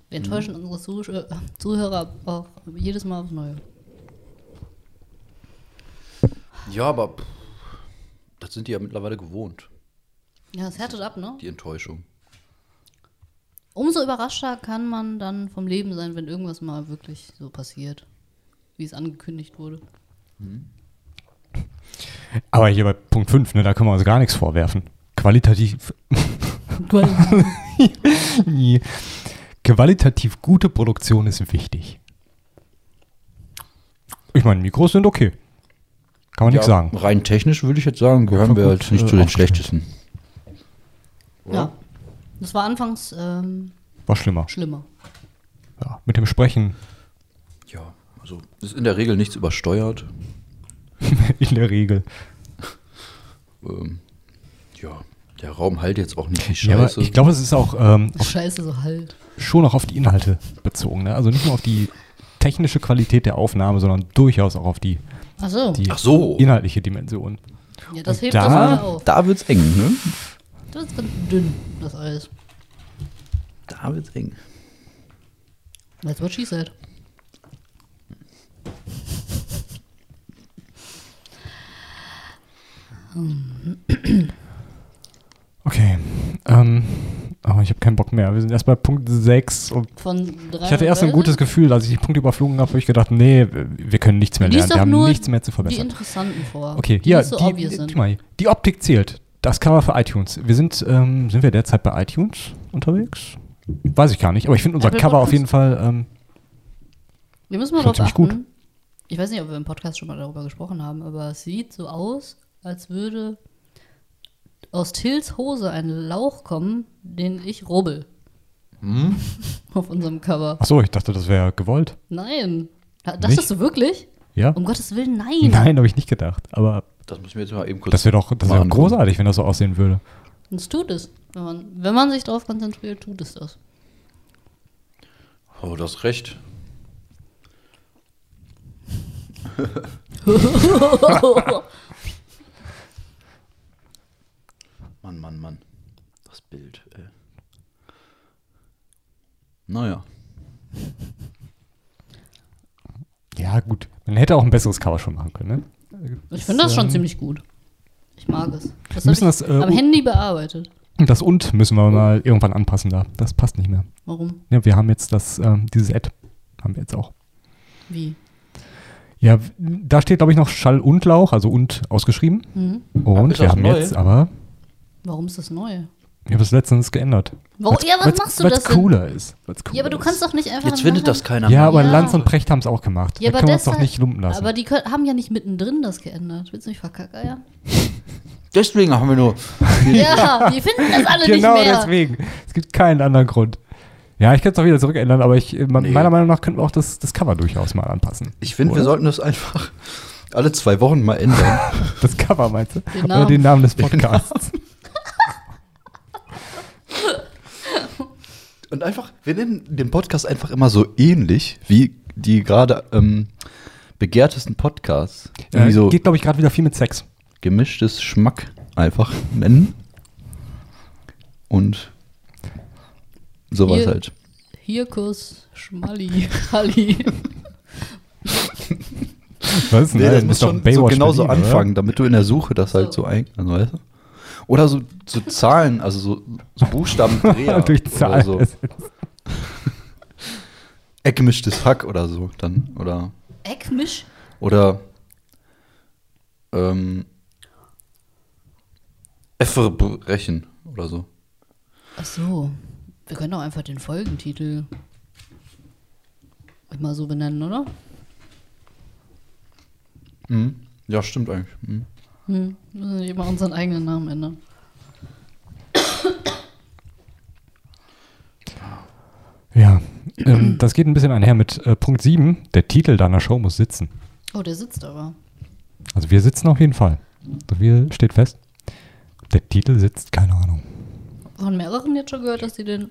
Speaker 1: Wir
Speaker 2: Mhm.
Speaker 1: enttäuschen unsere Zuh äh, Zuhörer auch jedes Mal aufs Neue.
Speaker 3: Ja, aber pff, das sind die ja mittlerweile gewohnt,
Speaker 1: Ja, es härtet ab, ne?
Speaker 3: die Enttäuschung.
Speaker 1: Umso überraschter kann man dann vom Leben sein, wenn irgendwas mal wirklich so passiert, wie es angekündigt wurde.
Speaker 2: Aber hier bei Punkt 5, ne, da können wir uns gar nichts vorwerfen. Qualitativ Qualitativ gute Produktion ist wichtig. Ich meine, Mikros sind okay. Kann man nichts sagen.
Speaker 3: Rein technisch würde ich jetzt sagen, gehören
Speaker 2: War
Speaker 3: wir
Speaker 2: gut,
Speaker 3: jetzt nicht
Speaker 2: äh,
Speaker 3: zu den
Speaker 2: aufgestellt.
Speaker 3: schlechtesten.
Speaker 1: ja. Das war anfangs ähm,
Speaker 2: War schlimmer.
Speaker 1: schlimmer.
Speaker 2: Ja, mit dem Sprechen
Speaker 3: Ja, also ist in der Regel nichts übersteuert.
Speaker 2: in der Regel.
Speaker 3: Ähm, ja, der Raum halt jetzt auch nicht die
Speaker 2: Ja, aber
Speaker 3: Scheiße.
Speaker 2: ich glaube, es ist auch ähm,
Speaker 1: Scheiße, so halt.
Speaker 2: schon auch auf die Inhalte bezogen. Ne? Also nicht nur auf die technische Qualität der Aufnahme, sondern durchaus auch auf die,
Speaker 1: Ach so.
Speaker 2: die
Speaker 3: Ach so. Ah,
Speaker 2: inhaltliche Dimension.
Speaker 1: ja, das hebt
Speaker 2: da-
Speaker 1: das mal auf.
Speaker 3: da wird's eng, ne?
Speaker 1: Das ist ganz dünn, das Eis.
Speaker 3: Da wird's eng.
Speaker 1: That's what she said.
Speaker 2: Okay. Ähm, Aber ich habe keinen Bock mehr. Wir sind erst bei Punkt 6 und
Speaker 1: Von drei
Speaker 2: ich hatte erst ein gutes Gefühl, als ich die Punkte überflogen habe, habe ich gedacht, nee, wir können nichts mehr lernen.
Speaker 1: Lies
Speaker 2: Wir
Speaker 1: doch
Speaker 2: haben
Speaker 1: nur
Speaker 2: nichts mehr zu
Speaker 1: die
Speaker 2: verbessern.
Speaker 1: interessanten vor.
Speaker 2: Okay,
Speaker 1: die
Speaker 2: hier,
Speaker 1: nicht so
Speaker 2: die,
Speaker 1: obvious
Speaker 2: die,
Speaker 1: sind.
Speaker 2: die, mal, die Optik zählt. Das Cover für iTunes. Wir sind, ähm, sind wir derzeit bei iTunes unterwegs? Weiß ich gar nicht, aber ich finde unser
Speaker 1: Apple
Speaker 2: Cover auf
Speaker 1: Podcast.
Speaker 2: jeden Fall, ähm,
Speaker 1: Wir müssen mal
Speaker 2: Schon
Speaker 1: drauf
Speaker 2: ziemlich
Speaker 1: achten.
Speaker 2: gut.
Speaker 1: Ich weiß nicht, ob wir im Podcast schon mal darüber gesprochen haben, aber es sieht so aus, als würde aus Tills Hose ein Lauch kommen, den ich rubbel. Auf unserem Cover.
Speaker 2: ach so, ich dachte, das wäre gewollt.
Speaker 1: Nein. Da- Dachtest
Speaker 2: Nicht?
Speaker 1: du wirklich?
Speaker 2: Ja?
Speaker 1: Um Gottes Willen, nein.
Speaker 2: Nein, habe ich nicht gedacht. Aber
Speaker 3: Das müssen wir jetzt mal eben kurz.
Speaker 2: das wäre doch das
Speaker 3: Mal
Speaker 2: wär
Speaker 3: angucken.
Speaker 2: großartig, wenn das so aussehen würde.
Speaker 1: Es tut es. Wenn man, wenn man sich darauf konzentriert, tut es das.
Speaker 3: oh, du hast recht. Mann, Mann, Mann. Das Bild. Äh. Naja.
Speaker 2: Ja, gut. Man hätte auch ein besseres Cover schon machen können. Ne?
Speaker 1: Ich finde das schon
Speaker 2: Ähm,
Speaker 1: ziemlich gut. Ich mag es. Das oh. habe
Speaker 2: Wir
Speaker 1: ich
Speaker 2: müssen das, äh,
Speaker 1: am
Speaker 2: u-
Speaker 1: Handy bearbeitet.
Speaker 2: Das und müssen wir mal irgendwann anpassen da. Das passt nicht mehr.
Speaker 1: Warum?
Speaker 2: Ja, wir haben jetzt das, ähm, dieses Ad haben wir jetzt auch.
Speaker 1: Wie?
Speaker 2: Ja, w- da steht, glaube ich, noch Schall und Lauch, also und ausgeschrieben.
Speaker 1: Hm?
Speaker 2: Und
Speaker 3: ist
Speaker 2: wir
Speaker 3: das
Speaker 2: haben
Speaker 3: neu?
Speaker 2: jetzt aber,
Speaker 1: Warum ist das neu?
Speaker 2: ich habe das letztens geändert.
Speaker 1: Warum,
Speaker 2: Weil's-
Speaker 1: Oh, ja, was
Speaker 2: weil's-
Speaker 1: machst du
Speaker 2: weil's
Speaker 1: das denn?
Speaker 2: cooler ist. Weil's cooler
Speaker 1: Ja, aber du kannst
Speaker 2: ist.
Speaker 1: doch nicht einfach.
Speaker 3: Jetzt findet das keiner
Speaker 2: Ja,
Speaker 3: mehr.
Speaker 2: aber
Speaker 1: Ja.
Speaker 2: Lanz und Precht haben es auch gemacht.
Speaker 1: Ja, aber
Speaker 2: da können wir uns doch
Speaker 1: deshalb-
Speaker 2: nicht lumpen lassen.
Speaker 1: Aber die kö- haben ja nicht mittendrin das geändert. Willst du mich verkackeiern?
Speaker 3: Deswegen haben wir nur.
Speaker 1: Ja, die finden das alle
Speaker 2: genau
Speaker 1: nicht mehr.
Speaker 2: deswegen. Es gibt keinen anderen Grund. Ja, ich könnte es auch wieder zurückändern, aber ich, äh, man-
Speaker 3: Nee.
Speaker 2: meiner Meinung nach könnten wir auch das, das Cover durchaus mal anpassen.
Speaker 3: Ich finde, wir
Speaker 2: Oder?
Speaker 3: sollten das einfach alle zwei Wochen mal ändern.
Speaker 2: Das Cover meinst du?
Speaker 1: Den
Speaker 2: Oder den
Speaker 1: Namen.
Speaker 2: Namen des Podcasts.
Speaker 3: Und einfach, wir nennen den Podcast einfach immer so ähnlich wie die gerade ähm, begehrtesten Podcasts. Irgendwie
Speaker 2: Äh,
Speaker 3: so
Speaker 2: Geht, glaube ich, gerade wieder viel mit Sex.
Speaker 3: gemischtes Schmack einfach nennen. Und sowas
Speaker 1: Hier-
Speaker 3: halt.
Speaker 1: Hier Kuss, Schmalli, Halli.
Speaker 2: Was ist
Speaker 3: Nee, das muss schon so genauso
Speaker 2: Berlin, oder?
Speaker 3: anfangen, damit du in der Suche das halt so
Speaker 1: So.
Speaker 3: ein, also, weißt du? Oder so, so Zahlen, also so, so Buchstaben
Speaker 2: Durch Zahlen.
Speaker 3: so. Eckgemischtes Hack oder so dann oder
Speaker 1: Eckmisch?
Speaker 3: oder ähm Efferbrechen oder so.
Speaker 1: Ach so. Wir können doch einfach den Folgentitel immer so benennen, oder?
Speaker 3: Mhm. Ja, stimmt eigentlich. Mhm.
Speaker 1: Hm. Müssen wir nicht immer unseren eigenen Namen ändern.
Speaker 2: Ja, ähm, das geht ein bisschen einher mit äh, Punkt 7. Der Titel deiner Show muss sitzen.
Speaker 1: Oh, der sitzt aber.
Speaker 2: Also wir sitzen auf jeden Fall. So viel steht fest. Der Titel sitzt, keine Ahnung.
Speaker 1: Von mehreren jetzt schon gehört, dass die den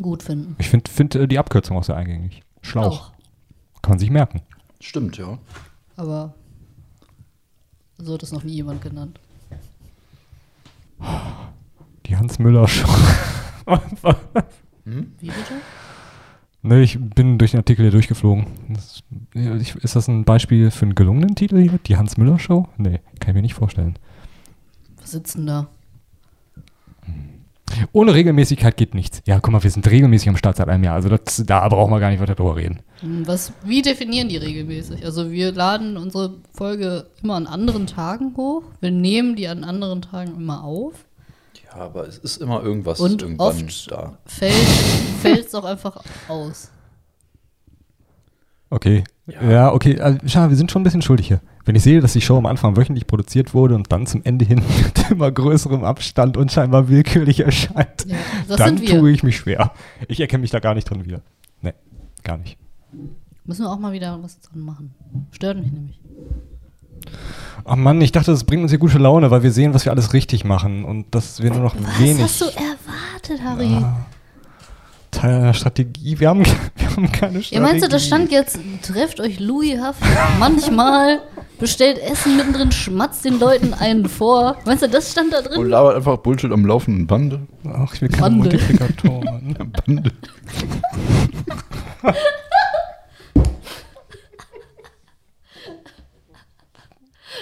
Speaker 1: gut finden.
Speaker 2: Ich finde find, äh, die Abkürzung auch sehr eingängig. Schlauch. Kann man sich merken.
Speaker 3: Stimmt, ja.
Speaker 1: Aber so hat es noch nie jemand genannt.
Speaker 2: Die Hans Müller Show.
Speaker 1: Wie bitte?
Speaker 2: ne, ich bin durch den Artikel hier durchgeflogen. Das, ich, ist das ein Beispiel für einen gelungenen Titel hier? Die Hans Müller Show? Nee, kann ich mir nicht vorstellen.
Speaker 1: Was sitzen da?
Speaker 2: Ohne Regelmäßigkeit geht nichts. Ja, guck mal, wir sind regelmäßig am Start seit einem Jahr. Also das, da brauchen wir gar nicht weiter drüber reden.
Speaker 1: Hm, Was, wie definieren die regelmäßig? Also wir laden unsere Folge immer an anderen Tagen hoch. Wir nehmen die an anderen Tagen immer auf.
Speaker 3: Ja, aber es ist immer irgendwas
Speaker 1: Und
Speaker 3: irgendwann
Speaker 1: oft-
Speaker 3: da.
Speaker 1: Fällt es auch einfach aus.
Speaker 2: Okay. Ja, okay. Also, schau, wir sind schon ein bisschen schuldig hier. Wenn ich sehe, dass die Show am Anfang wöchentlich produziert wurde und dann zum Ende hin mit immer größerem Abstand und scheinbar willkürlich erscheint,
Speaker 1: Ja, das
Speaker 2: dann
Speaker 1: sind wir.
Speaker 2: tue ich mich schwer. Ich erkenne mich da gar nicht drin wieder. Nee, gar nicht.
Speaker 1: Müssen wir auch mal wieder was dran machen. Stört mich nämlich.
Speaker 2: Ach Mann, ich dachte, das bringt uns hier gute Laune, weil wir sehen, was wir alles richtig machen und dass wir nur noch wenig
Speaker 1: Was hast du erwartet, Harry?
Speaker 2: Teil einer Strategie. Wir haben, wir haben keine Strategie.
Speaker 1: Ja, meinst du, das stand jetzt, trefft euch Louishaft manchmal, bestellt Essen mittendrin, schmatzt den Leuten einen vor. Meinst du, das stand da
Speaker 3: Und
Speaker 1: drin?
Speaker 3: labert einfach Bullshit am laufenden Bande.
Speaker 2: Ach, ich will keine
Speaker 1: Wandel.
Speaker 2: Multiplikatoren.
Speaker 3: Bande.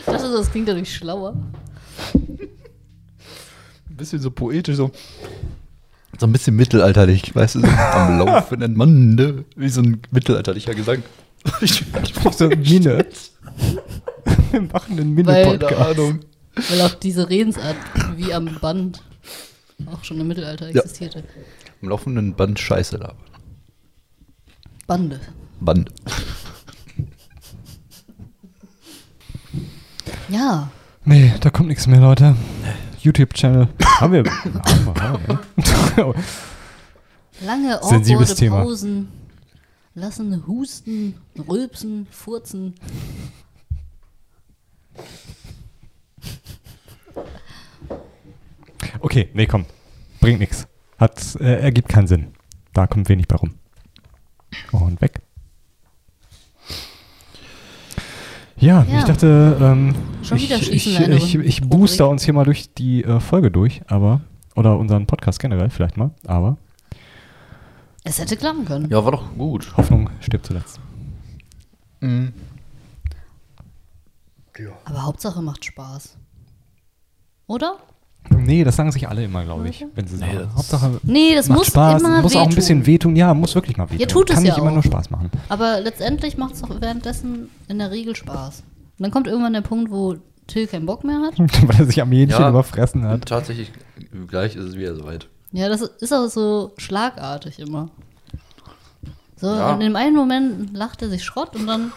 Speaker 1: Ich dachte, das klingt dadurch schlauer.
Speaker 3: Ein bisschen so poetisch so. So ein bisschen mittelalterlich, weißt du, so am laufenden Mann, ne? Wie so ein mittelalterlicher Gesang. Ich
Speaker 2: So eine Mine. Wir machen einen
Speaker 1: Weil-
Speaker 2: Mine-Podcast.
Speaker 3: keine Ahnung.
Speaker 1: Weil auch diese Redensart wie am Band auch schon im Mittelalter existierte.
Speaker 3: Am laufenden Band Scheiße da.
Speaker 1: Bande.
Speaker 3: Band.
Speaker 1: Ja.
Speaker 2: Nee, da kommt nichts mehr, Leute. YouTube-Channel. haben wir. Haben wir ja.
Speaker 1: Lange
Speaker 2: Sensibles
Speaker 1: awkward
Speaker 2: Thema.
Speaker 1: Pausen. Lassen husten, rülpsen, furzen.
Speaker 2: okay, nee, komm. Bringt nichts. Hat, äh, ergibt keinen Sinn. Da kommt wenig bei rum. Und weg. Ja,
Speaker 1: Ja.
Speaker 2: ich dachte, ähm,
Speaker 1: Schon
Speaker 2: ich,
Speaker 1: wieder schließen
Speaker 2: ich,
Speaker 1: wir eine
Speaker 2: ich, ich booster uns hier mal durch die äh, Folge durch, aber, oder unseren Podcast generell vielleicht mal, aber
Speaker 1: Es hätte klappen können.
Speaker 3: Ja, war doch gut.
Speaker 2: Hoffnung stirbt zuletzt.
Speaker 1: Aber Hauptsache macht Spaß. Oder?
Speaker 2: Nee, das sagen sich alle immer, glaube ich, wenn sie sagen.
Speaker 3: Nee, das-
Speaker 2: Hauptsache,
Speaker 1: Nee, das
Speaker 2: macht
Speaker 1: muss
Speaker 2: Spaß,
Speaker 1: immer
Speaker 2: muss auch ein
Speaker 1: wehtun.
Speaker 2: bisschen wehtun. Ja, muss wirklich mal wehtun.
Speaker 1: tut es
Speaker 2: Kann
Speaker 1: ja
Speaker 2: nicht immer
Speaker 1: auch.
Speaker 2: nur Spaß machen.
Speaker 1: Aber letztendlich macht es doch währenddessen in der Regel Spaß. Und dann kommt irgendwann der Punkt, wo Till keinen Bock mehr hat.
Speaker 2: Weil er sich am Hähnchen
Speaker 3: Ja.
Speaker 2: überfressen hat.
Speaker 3: Tatsächlich, gleich ist es wieder soweit.
Speaker 1: Ja, das ist auch so schlagartig immer. So,
Speaker 3: Ja.
Speaker 1: in dem einen Moment lacht er sich Schrott und dann,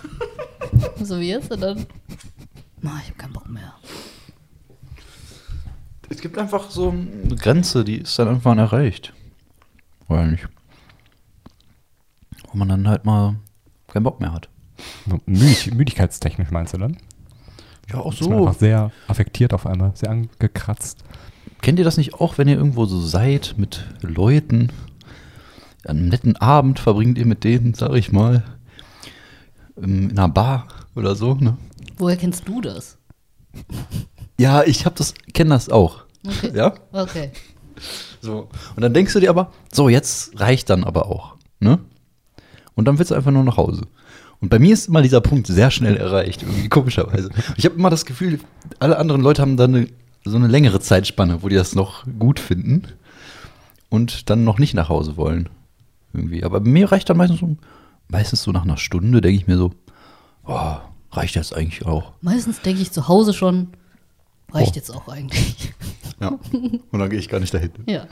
Speaker 1: so wie jetzt, und dann, "Ma, ich hab keinen Bock mehr.
Speaker 3: Es gibt einfach so eine Grenze, die ist dann irgendwann erreicht. Oder nicht? Wo man dann halt mal keinen Bock mehr hat.
Speaker 2: So Müdig, müdigkeitstechnisch meinst du dann?
Speaker 3: Ja, auch
Speaker 2: Ist man einfach sehr affektiert auf einmal, sehr angekratzt.
Speaker 3: Kennt ihr das nicht auch, wenn ihr irgendwo so seid mit Leuten? Einen netten Abend verbringt ihr mit denen, sag ich mal. ähm, In einer Bar oder so, ne?
Speaker 1: Woher kennst du das?
Speaker 3: Ja, ich hab das, kenn das auch.
Speaker 1: Okay.
Speaker 3: Ja?
Speaker 1: Okay.
Speaker 3: So. Und dann denkst du dir aber, so, jetzt reicht dann aber auch. Ne? Und dann willst du einfach nur nach Hause. Und bei mir ist immer dieser Punkt sehr schnell erreicht, irgendwie komischerweise. Ich habe immer das Gefühl, alle anderen Leute haben dann eine, so eine längere Zeitspanne, wo die das noch gut finden und dann noch nicht nach Hause wollen. Irgendwie. Aber bei mir reicht dann meistens so, meistens so nach einer Stunde, denke ich mir so, oh, reicht das eigentlich auch.
Speaker 1: Meistens denke ich zu Hause schon, reicht
Speaker 3: Oh.
Speaker 1: jetzt auch eigentlich.
Speaker 3: Ja. Und dann gehe ich gar nicht dahin.
Speaker 1: ja.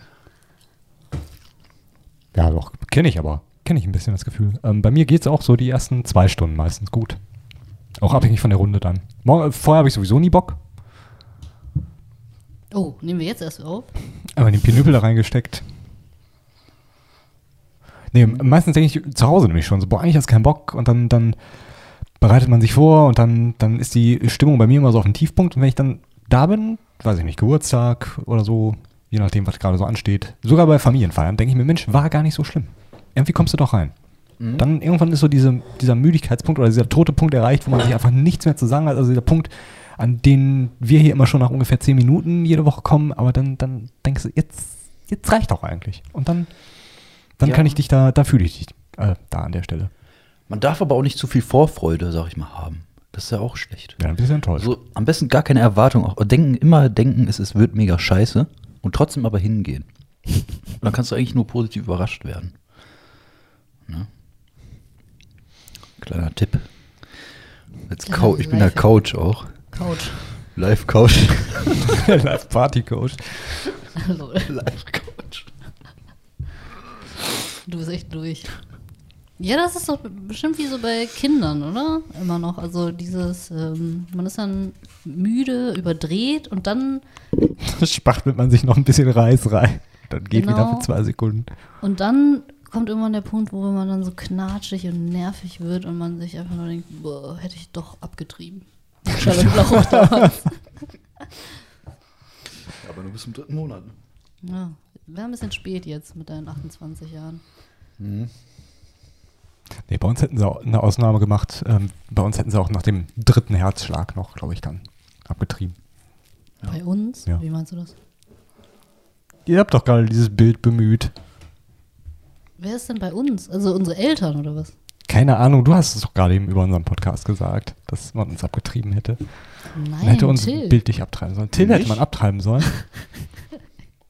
Speaker 2: Ja, doch, kenne ich aber. Kenne ich ein bisschen das Gefühl. Ähm, bei mir geht es auch so die ersten zwei Stunden meistens gut. Auch abhängig von der Runde dann. Morgen, äh, vorher habe ich sowieso nie Bock.
Speaker 1: Oh, nehmen wir jetzt erst auf?
Speaker 2: Aber den Pinüppel da reingesteckt. Nee, meistens denke ich zu Hause nämlich schon so, boah, eigentlich hast du keinen Bock und dann, dann bereitet man sich vor und dann, dann ist die Stimmung bei mir immer so auf dem Tiefpunkt und wenn ich dann da bin, weiß ich nicht, Geburtstag oder so, je nachdem, was gerade so ansteht, sogar bei Familienfeiern, denke ich mir, Mensch, war gar nicht so schlimm. Irgendwie kommst du doch rein. Dann irgendwann ist so diese, dieser Müdigkeitspunkt oder dieser tote Punkt erreicht, wo man sich einfach nichts mehr zu sagen hat. Also dieser Punkt, an den wir hier immer schon nach ungefähr zehn Minuten jede Woche kommen, aber dann, dann denkst du, jetzt, jetzt reicht doch eigentlich. Und dann, dann
Speaker 3: Ja.
Speaker 2: kann ich dich da, da fühle ich dich äh, da an der Stelle.
Speaker 3: Man darf aber auch nicht zu viel Vorfreude, sag ich mal, haben. Das ist ja auch schlecht.
Speaker 2: Ja, ein bisschen toll.
Speaker 3: So, am besten gar keine Erwartung. Auch denken, immer denken, es, es wird mega scheiße und trotzdem aber hingehen. Und dann kannst du eigentlich nur positiv überrascht werden. Ne? Kleiner Tipp. Jetzt
Speaker 1: Kleiner
Speaker 3: Cou- ich bin der
Speaker 1: Lifehack.
Speaker 3: Couch auch.
Speaker 1: Couch.
Speaker 3: Live-Couch.
Speaker 2: Live-Party-Coach.
Speaker 1: Lol.
Speaker 3: Live-Couch.
Speaker 1: Du bist echt durch. Ja, das ist doch bestimmt wie so bei Kindern, oder? Immer noch. Also dieses, ähm, man ist dann müde, überdreht und dann
Speaker 2: Spachtelt man sich noch ein bisschen Reis rein. Dann geht wieder
Speaker 1: Genau.
Speaker 2: für zwei Sekunden.
Speaker 1: und dann kommt irgendwann der Punkt, wo man dann so knatschig und nervig wird und man sich einfach nur denkt, boah, hätte ich doch abgetrieben. Charlotte Blauch damals.
Speaker 3: Aber nur bis im dritten Monat. ne?
Speaker 1: Ja, wäre ein bisschen spät jetzt mit deinen 28 Jahren.
Speaker 2: Nee, bei uns hätten sie auch eine Ausnahme gemacht. Ähm, bei uns hätten sie auch nach dem dritten Herzschlag noch, glaube ich, dann abgetrieben.
Speaker 1: Bei uns?
Speaker 2: Ja.
Speaker 1: Wie meinst du das?
Speaker 2: Ihr habt doch gerade dieses Bild bemüht.
Speaker 1: Wer ist denn bei uns? Also unsere Eltern oder was?
Speaker 2: Keine Ahnung, du hast es doch gerade eben über unseren Podcast gesagt, dass man uns abgetrieben hätte. Man
Speaker 1: Nein,
Speaker 2: hätte uns
Speaker 1: Till.
Speaker 2: bildlich abtreiben sollen. Till hätte man abtreiben sollen.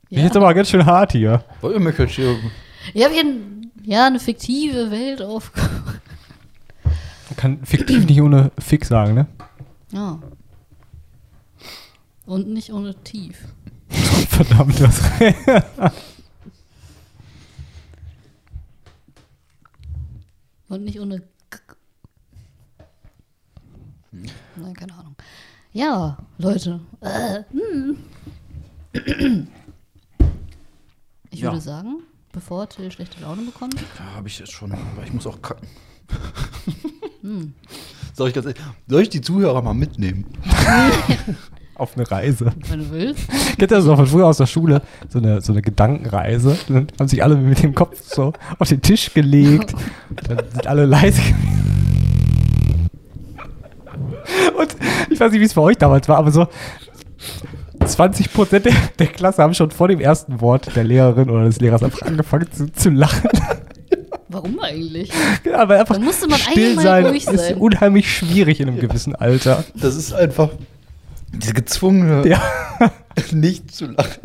Speaker 2: Bin jetzt aber ganz schön hart hier.
Speaker 3: Wollmöckel,
Speaker 1: Ich habe hier ja, eine fiktive Welt auf.
Speaker 2: Man kann fiktiv nicht ohne Fick sagen, ne?
Speaker 1: ja. Und nicht ohne tief.
Speaker 2: Verdammt, das.
Speaker 1: Und nicht ohne. K Nein, keine Ahnung. Ja, Leute. Äh, hm. Ich
Speaker 3: Ja.
Speaker 1: würde sagen, bevor Till schlechte Laune bekommt,
Speaker 3: Ja, habe ich jetzt schon, aber ich muss auch kacken. soll, ich ganz ehrlich, soll ich die Zuhörer mal mitnehmen?
Speaker 2: Auf eine Reise.
Speaker 1: wenn du willst.
Speaker 2: Kennt ihr das noch von früher aus der Schule? So eine, so eine Gedankenreise. Dann haben sich alle mit dem Kopf so auf den Tisch gelegt. Dann sind alle leise. Und ich weiß nicht, wie es bei euch damals war, aber so 20% der, der Klasse haben schon vor dem ersten Wort der Lehrerin oder des Lehrers einfach angefangen zu, zu lachen.
Speaker 1: Warum eigentlich?
Speaker 2: Ja, weil einfach
Speaker 1: Da musste man
Speaker 2: still
Speaker 1: eigentlich mal
Speaker 2: sein
Speaker 1: ruhig
Speaker 2: ist
Speaker 1: sein.
Speaker 2: unheimlich schwierig in einem gewissen Alter.
Speaker 3: Das ist einfach diese gezwungene,
Speaker 2: Ja.
Speaker 3: nicht zu lachen.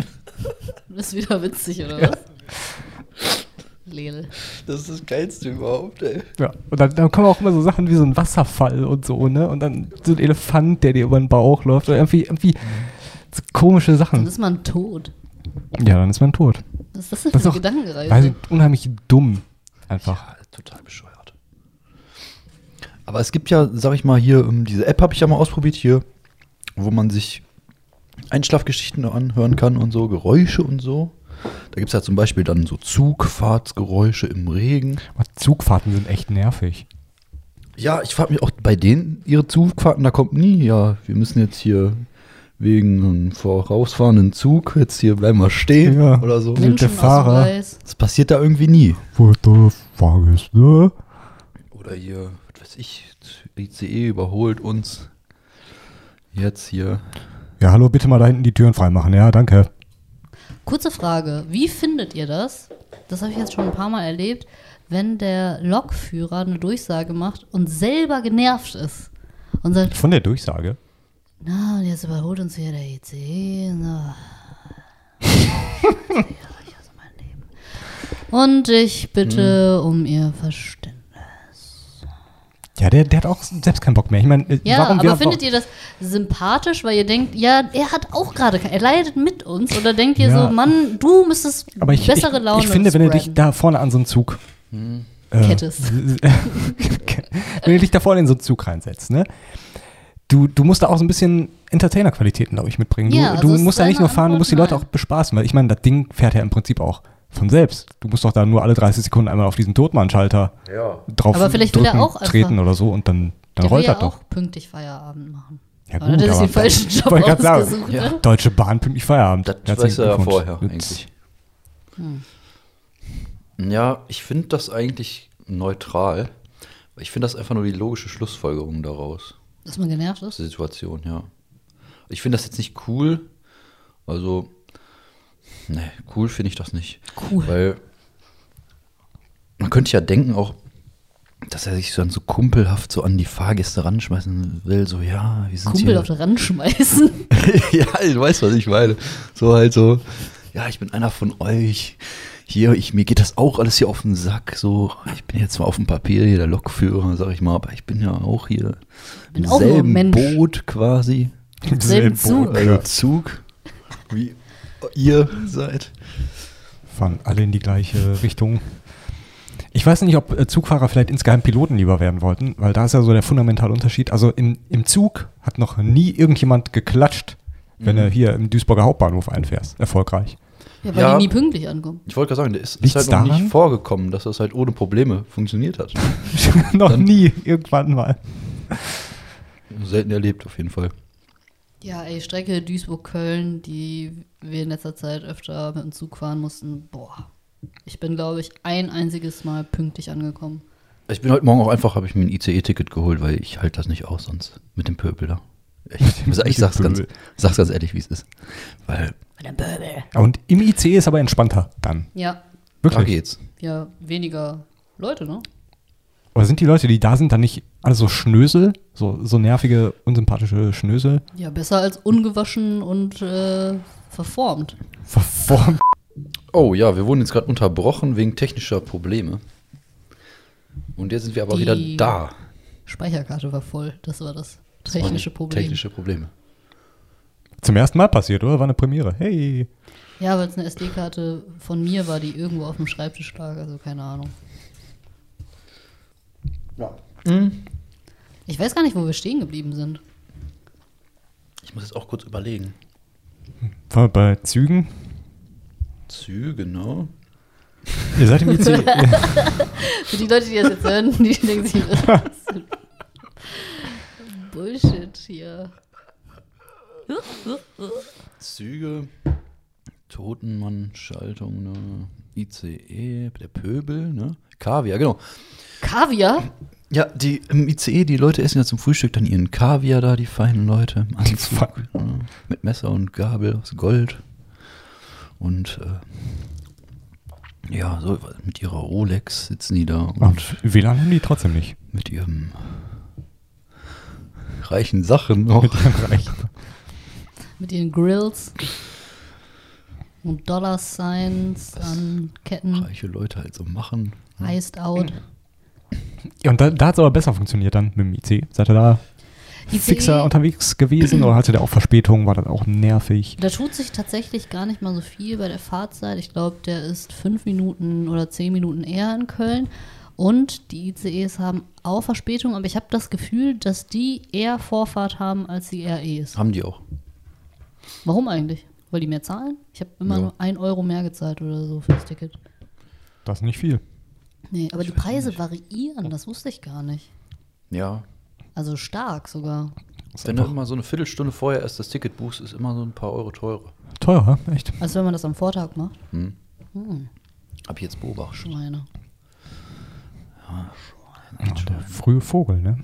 Speaker 1: Das ist wieder witzig, oder was? Lel.
Speaker 3: Das ist das Geilste überhaupt, ey.
Speaker 2: Ja, und dann, dann kommen auch immer so Sachen wie so ein Wasserfall und so, ne? Und dann so ein Elefant, der dir über den Bauch läuft oder irgendwie, irgendwie so komische
Speaker 1: Dann
Speaker 2: Sachen.
Speaker 1: ist man tot.
Speaker 2: Ja, dann ist man tot.
Speaker 1: Was ist das denn
Speaker 2: Das ist
Speaker 1: für eine
Speaker 2: doch- Weil sie
Speaker 1: Gedankenreise?
Speaker 2: unheimlich dumm einfach.
Speaker 3: Total bescheuert. Aber es gibt ja, sag ich mal, hier, ähm, diese App habe ich ja mal ausprobiert hier, wo man sich Einschlafgeschichten anhören kann und so, Geräusche und so. Da gibt es ja zum Beispiel dann so Zugfahrtsgeräusche im Regen.
Speaker 2: Aber Zugfahrten sind echt nervig.
Speaker 3: Ja, ich frage mich auch bei denen, ihre Zugfahrten, da kommt nie, ja, wir müssen jetzt hier wegen einem vorausfahrenden Zug, jetzt hier bleiben wir stehen
Speaker 2: Ja.
Speaker 3: oder so.
Speaker 2: Blinde Fahrer.
Speaker 1: Fahrer.
Speaker 3: Das passiert da irgendwie nie.
Speaker 2: Wo du fahrst, ne?
Speaker 3: Oder hier, was weiß ich, ICE überholt uns. Jetzt hier.
Speaker 2: Ja, hallo, bitte mal da hinten die Türen freimachen. Ja, danke.
Speaker 1: Kurze Frage, wie findet ihr das? Das habe ich jetzt schon ein paar Mal erlebt, wenn der Lokführer eine Durchsage macht und selber genervt ist und sagt,
Speaker 2: Von der Durchsage.
Speaker 1: na, und jetzt überholt uns hier der E ICE. Na. Und ich
Speaker 2: Hm.
Speaker 1: bitte um ihr Verständnis.
Speaker 2: Ja, der, der hat auch selbst keinen Bock mehr. Ich meine, äh,
Speaker 1: Ja,
Speaker 2: warum wir
Speaker 1: aber findet ihr das sympathisch, weil ihr denkt, ja, er hat auch gerade, ke- er leidet mit uns oder denkt ihr
Speaker 2: Ja.
Speaker 1: so, Mann, du müsstest
Speaker 2: aber ich,
Speaker 1: bessere
Speaker 2: ich,
Speaker 1: Laune Hm.
Speaker 2: Ich finde, wenn du dich
Speaker 1: spreaden.
Speaker 2: da vorne an so einen Zug äh,
Speaker 1: Kettest.
Speaker 2: wenn du dich da vorne in so einen Zug reinsetzt, ne? Du, du musst da auch so ein bisschen Entertainer-Qualitäten, glaube ich, mitbringen.
Speaker 1: Ja,
Speaker 2: du
Speaker 1: also
Speaker 2: du
Speaker 1: es
Speaker 2: musst
Speaker 1: ist
Speaker 2: da nicht nur
Speaker 1: deine
Speaker 2: fahren, du musst die
Speaker 1: Antwort
Speaker 2: Leute auch bespaßen, weil ich meine, das Ding fährt ja im Prinzip auch von selbst. Du musst doch da nur alle 30 Sekunden einmal auf diesen Totmann-Schalter drauf
Speaker 1: Aber vielleicht will er
Speaker 2: drücken,
Speaker 1: auch einfach-
Speaker 2: treten oder so und dann,
Speaker 1: Der
Speaker 2: dann
Speaker 1: will
Speaker 2: rollt
Speaker 1: ja
Speaker 2: das doch.
Speaker 1: auch pünktlich Feierabend machen.
Speaker 2: Ja,
Speaker 1: aber das ist den falschen Job
Speaker 2: wollte grad sagen,
Speaker 1: ausgesucht.
Speaker 3: Ja.
Speaker 1: Ja.
Speaker 2: Deutsche Bahn pünktlich Feierabend.
Speaker 3: Das
Speaker 2: Herzlichen
Speaker 3: weißt du ja
Speaker 2: Glückwunsch.
Speaker 3: vorher
Speaker 2: Jetzt-
Speaker 3: eigentlich. Ja, ich finde das eigentlich neutral. Ich finde das einfach nur die logische Schlussfolgerung daraus.
Speaker 1: Dass man genervt ist.
Speaker 3: zur Situation, ja. Ich finde das jetzt nicht cool. Also, nee, cool finde ich das nicht.
Speaker 1: Cool.
Speaker 3: Weil man könnte ja denken auch, dass er sich so dann so kumpelhaft so an die Fahrgäste ranschmeißen will. So, ja, wir sind
Speaker 1: Kumpel
Speaker 3: hier.
Speaker 1: auf den Rand schmeißen.
Speaker 3: ja, du weißt, was ich meine. So halt so, ja, ich bin einer von euch. Hier, ich, mir geht das auch alles hier auf den Sack. So, ich bin jetzt zwar auf dem Papier hier der Lokführer, sag ich mal, aber ich bin ja auch hier
Speaker 1: Bin
Speaker 3: im
Speaker 1: auch nur ein
Speaker 3: selben
Speaker 1: Mensch.
Speaker 3: Boot quasi.
Speaker 1: Im selben Zug.
Speaker 3: Also Zug, wie ihr seid.
Speaker 2: fahren alle in die gleiche Richtung. Ich weiß nicht, ob äh, Zugfahrer vielleicht insgeheim Piloten lieber werden wollten, weil da ist ja so der fundamentale Unterschied. Also im, im Zug hat noch nie irgendjemand geklatscht, wenn er hier im Duisburger Hauptbahnhof einfährst. Erfolgreich.
Speaker 1: Ja, weil
Speaker 3: Ja.
Speaker 1: die nie pünktlich ankommen.
Speaker 3: Ich wollte gerade sagen, der ist, ist
Speaker 2: Liegt's
Speaker 3: halt noch
Speaker 2: daran?
Speaker 3: nicht vorgekommen, dass das halt ohne Probleme funktioniert hat.
Speaker 2: noch
Speaker 3: Dann-
Speaker 2: nie irgendwann mal.
Speaker 3: Selten erlebt auf jeden Fall.
Speaker 1: Ja, ey, Strecke Duisburg-Köln, die wir in letzter Zeit öfter mit dem Zug fahren mussten. Boah. Ich bin, glaube ich, ein einziges Mal pünktlich angekommen.
Speaker 3: Ich bin heute Morgen auch einfach, habe ich mir ein ICE-Ticket geholt, weil ich halte das nicht aus sonst mit dem Pöbel da. Ich, ich,
Speaker 2: dem
Speaker 3: sag's, ganz,
Speaker 2: Pöbel.
Speaker 3: sag's ganz ehrlich, wie es ist. Weil,
Speaker 1: Und dann Böbel.
Speaker 2: Und im ICE ist aber entspannter dann.
Speaker 1: Ja,
Speaker 3: da
Speaker 2: Wirklich.
Speaker 3: geht's.
Speaker 1: ja, weniger Leute, ne?
Speaker 2: Aber sind die Leute, die da sind, dann nicht alle so Schnösel? So, so nervige, unsympathische Schnösel?
Speaker 1: Ja, besser als ungewaschen und äh, verformt.
Speaker 2: Form.
Speaker 3: Oh ja, wir wurden jetzt gerade unterbrochen wegen technischer Probleme. Und jetzt sind wir aber
Speaker 1: Die-
Speaker 3: wieder da.
Speaker 1: Speicherkarte war voll, das war das
Speaker 3: Das waren
Speaker 1: technische Problem.
Speaker 3: Technische Probleme.
Speaker 2: Zum ersten Mal passiert, oder? War eine Premiere. Hey.
Speaker 1: Ja, weil es eine SD-Karte von mir war, die irgendwo auf dem Schreibtisch lag, also keine Ahnung. Ich weiß gar nicht, wo wir stehen geblieben sind.
Speaker 3: Ich muss jetzt auch kurz überlegen.
Speaker 2: War bei Zügen?
Speaker 3: Züge, ne?
Speaker 2: Ihr seid im IC.
Speaker 1: Für die Leute, die das jetzt hören, die denken sich, was ist denn Bullshit hier.
Speaker 3: Züge, Totenmann, Schaltung, ne? ICE, der Pöbel, ne? Kaviar, genau.
Speaker 1: Kaviar?
Speaker 3: Ja, die im ICE, die Leute essen ja zum Frühstück dann ihren Kaviar da, die feinen Leute. im Anzug,
Speaker 2: feinen.
Speaker 3: ne? mit Messer und Gabel aus Gold. Und äh, ja, so mit ihrer Rolex sitzen die da und
Speaker 2: Und WLAN haben die trotzdem nicht.
Speaker 3: mit ihrem reichen Sachen noch.
Speaker 1: Mit ihren Grills und Dollar-Signs an Ketten.
Speaker 3: Reiche Leute halt so machen.
Speaker 1: Iced out.
Speaker 2: Ja, und da, da hat es aber besser funktioniert dann mit dem IC. Seid ihr da
Speaker 1: ICE
Speaker 2: fixer unterwegs gewesen oder hattet ihr auch Verspätung? War das auch nervig?
Speaker 1: Da tut sich tatsächlich gar nicht mal so viel bei der Fahrzeit. Ich glaube, der ist fünf Minuten oder zehn Minuten eher in Köln. Und die ICEs haben auch Verspätung, aber ich habe das Gefühl, dass die eher Vorfahrt haben als die REs.
Speaker 3: Haben die auch.
Speaker 1: Warum eigentlich? Weil die mehr zahlen? Ich habe immer
Speaker 3: Ja.
Speaker 1: nur ein Euro mehr gezahlt oder so fürs Ticket.
Speaker 2: Das ist nicht viel.
Speaker 1: Nee, aber die Preise variieren, das wusste ich gar nicht.
Speaker 3: Ja.
Speaker 1: Also stark sogar.
Speaker 3: Wenn du immer so eine Viertelstunde vorher erst das Ticket buchst, ist immer so ein paar Euro teurer.
Speaker 2: Teuer, ne? echt.
Speaker 1: Als wenn man das am Vortag macht.
Speaker 3: Hab ich jetzt beobachtet.
Speaker 1: Meine.
Speaker 2: Ja, der frühe Vogel, ne?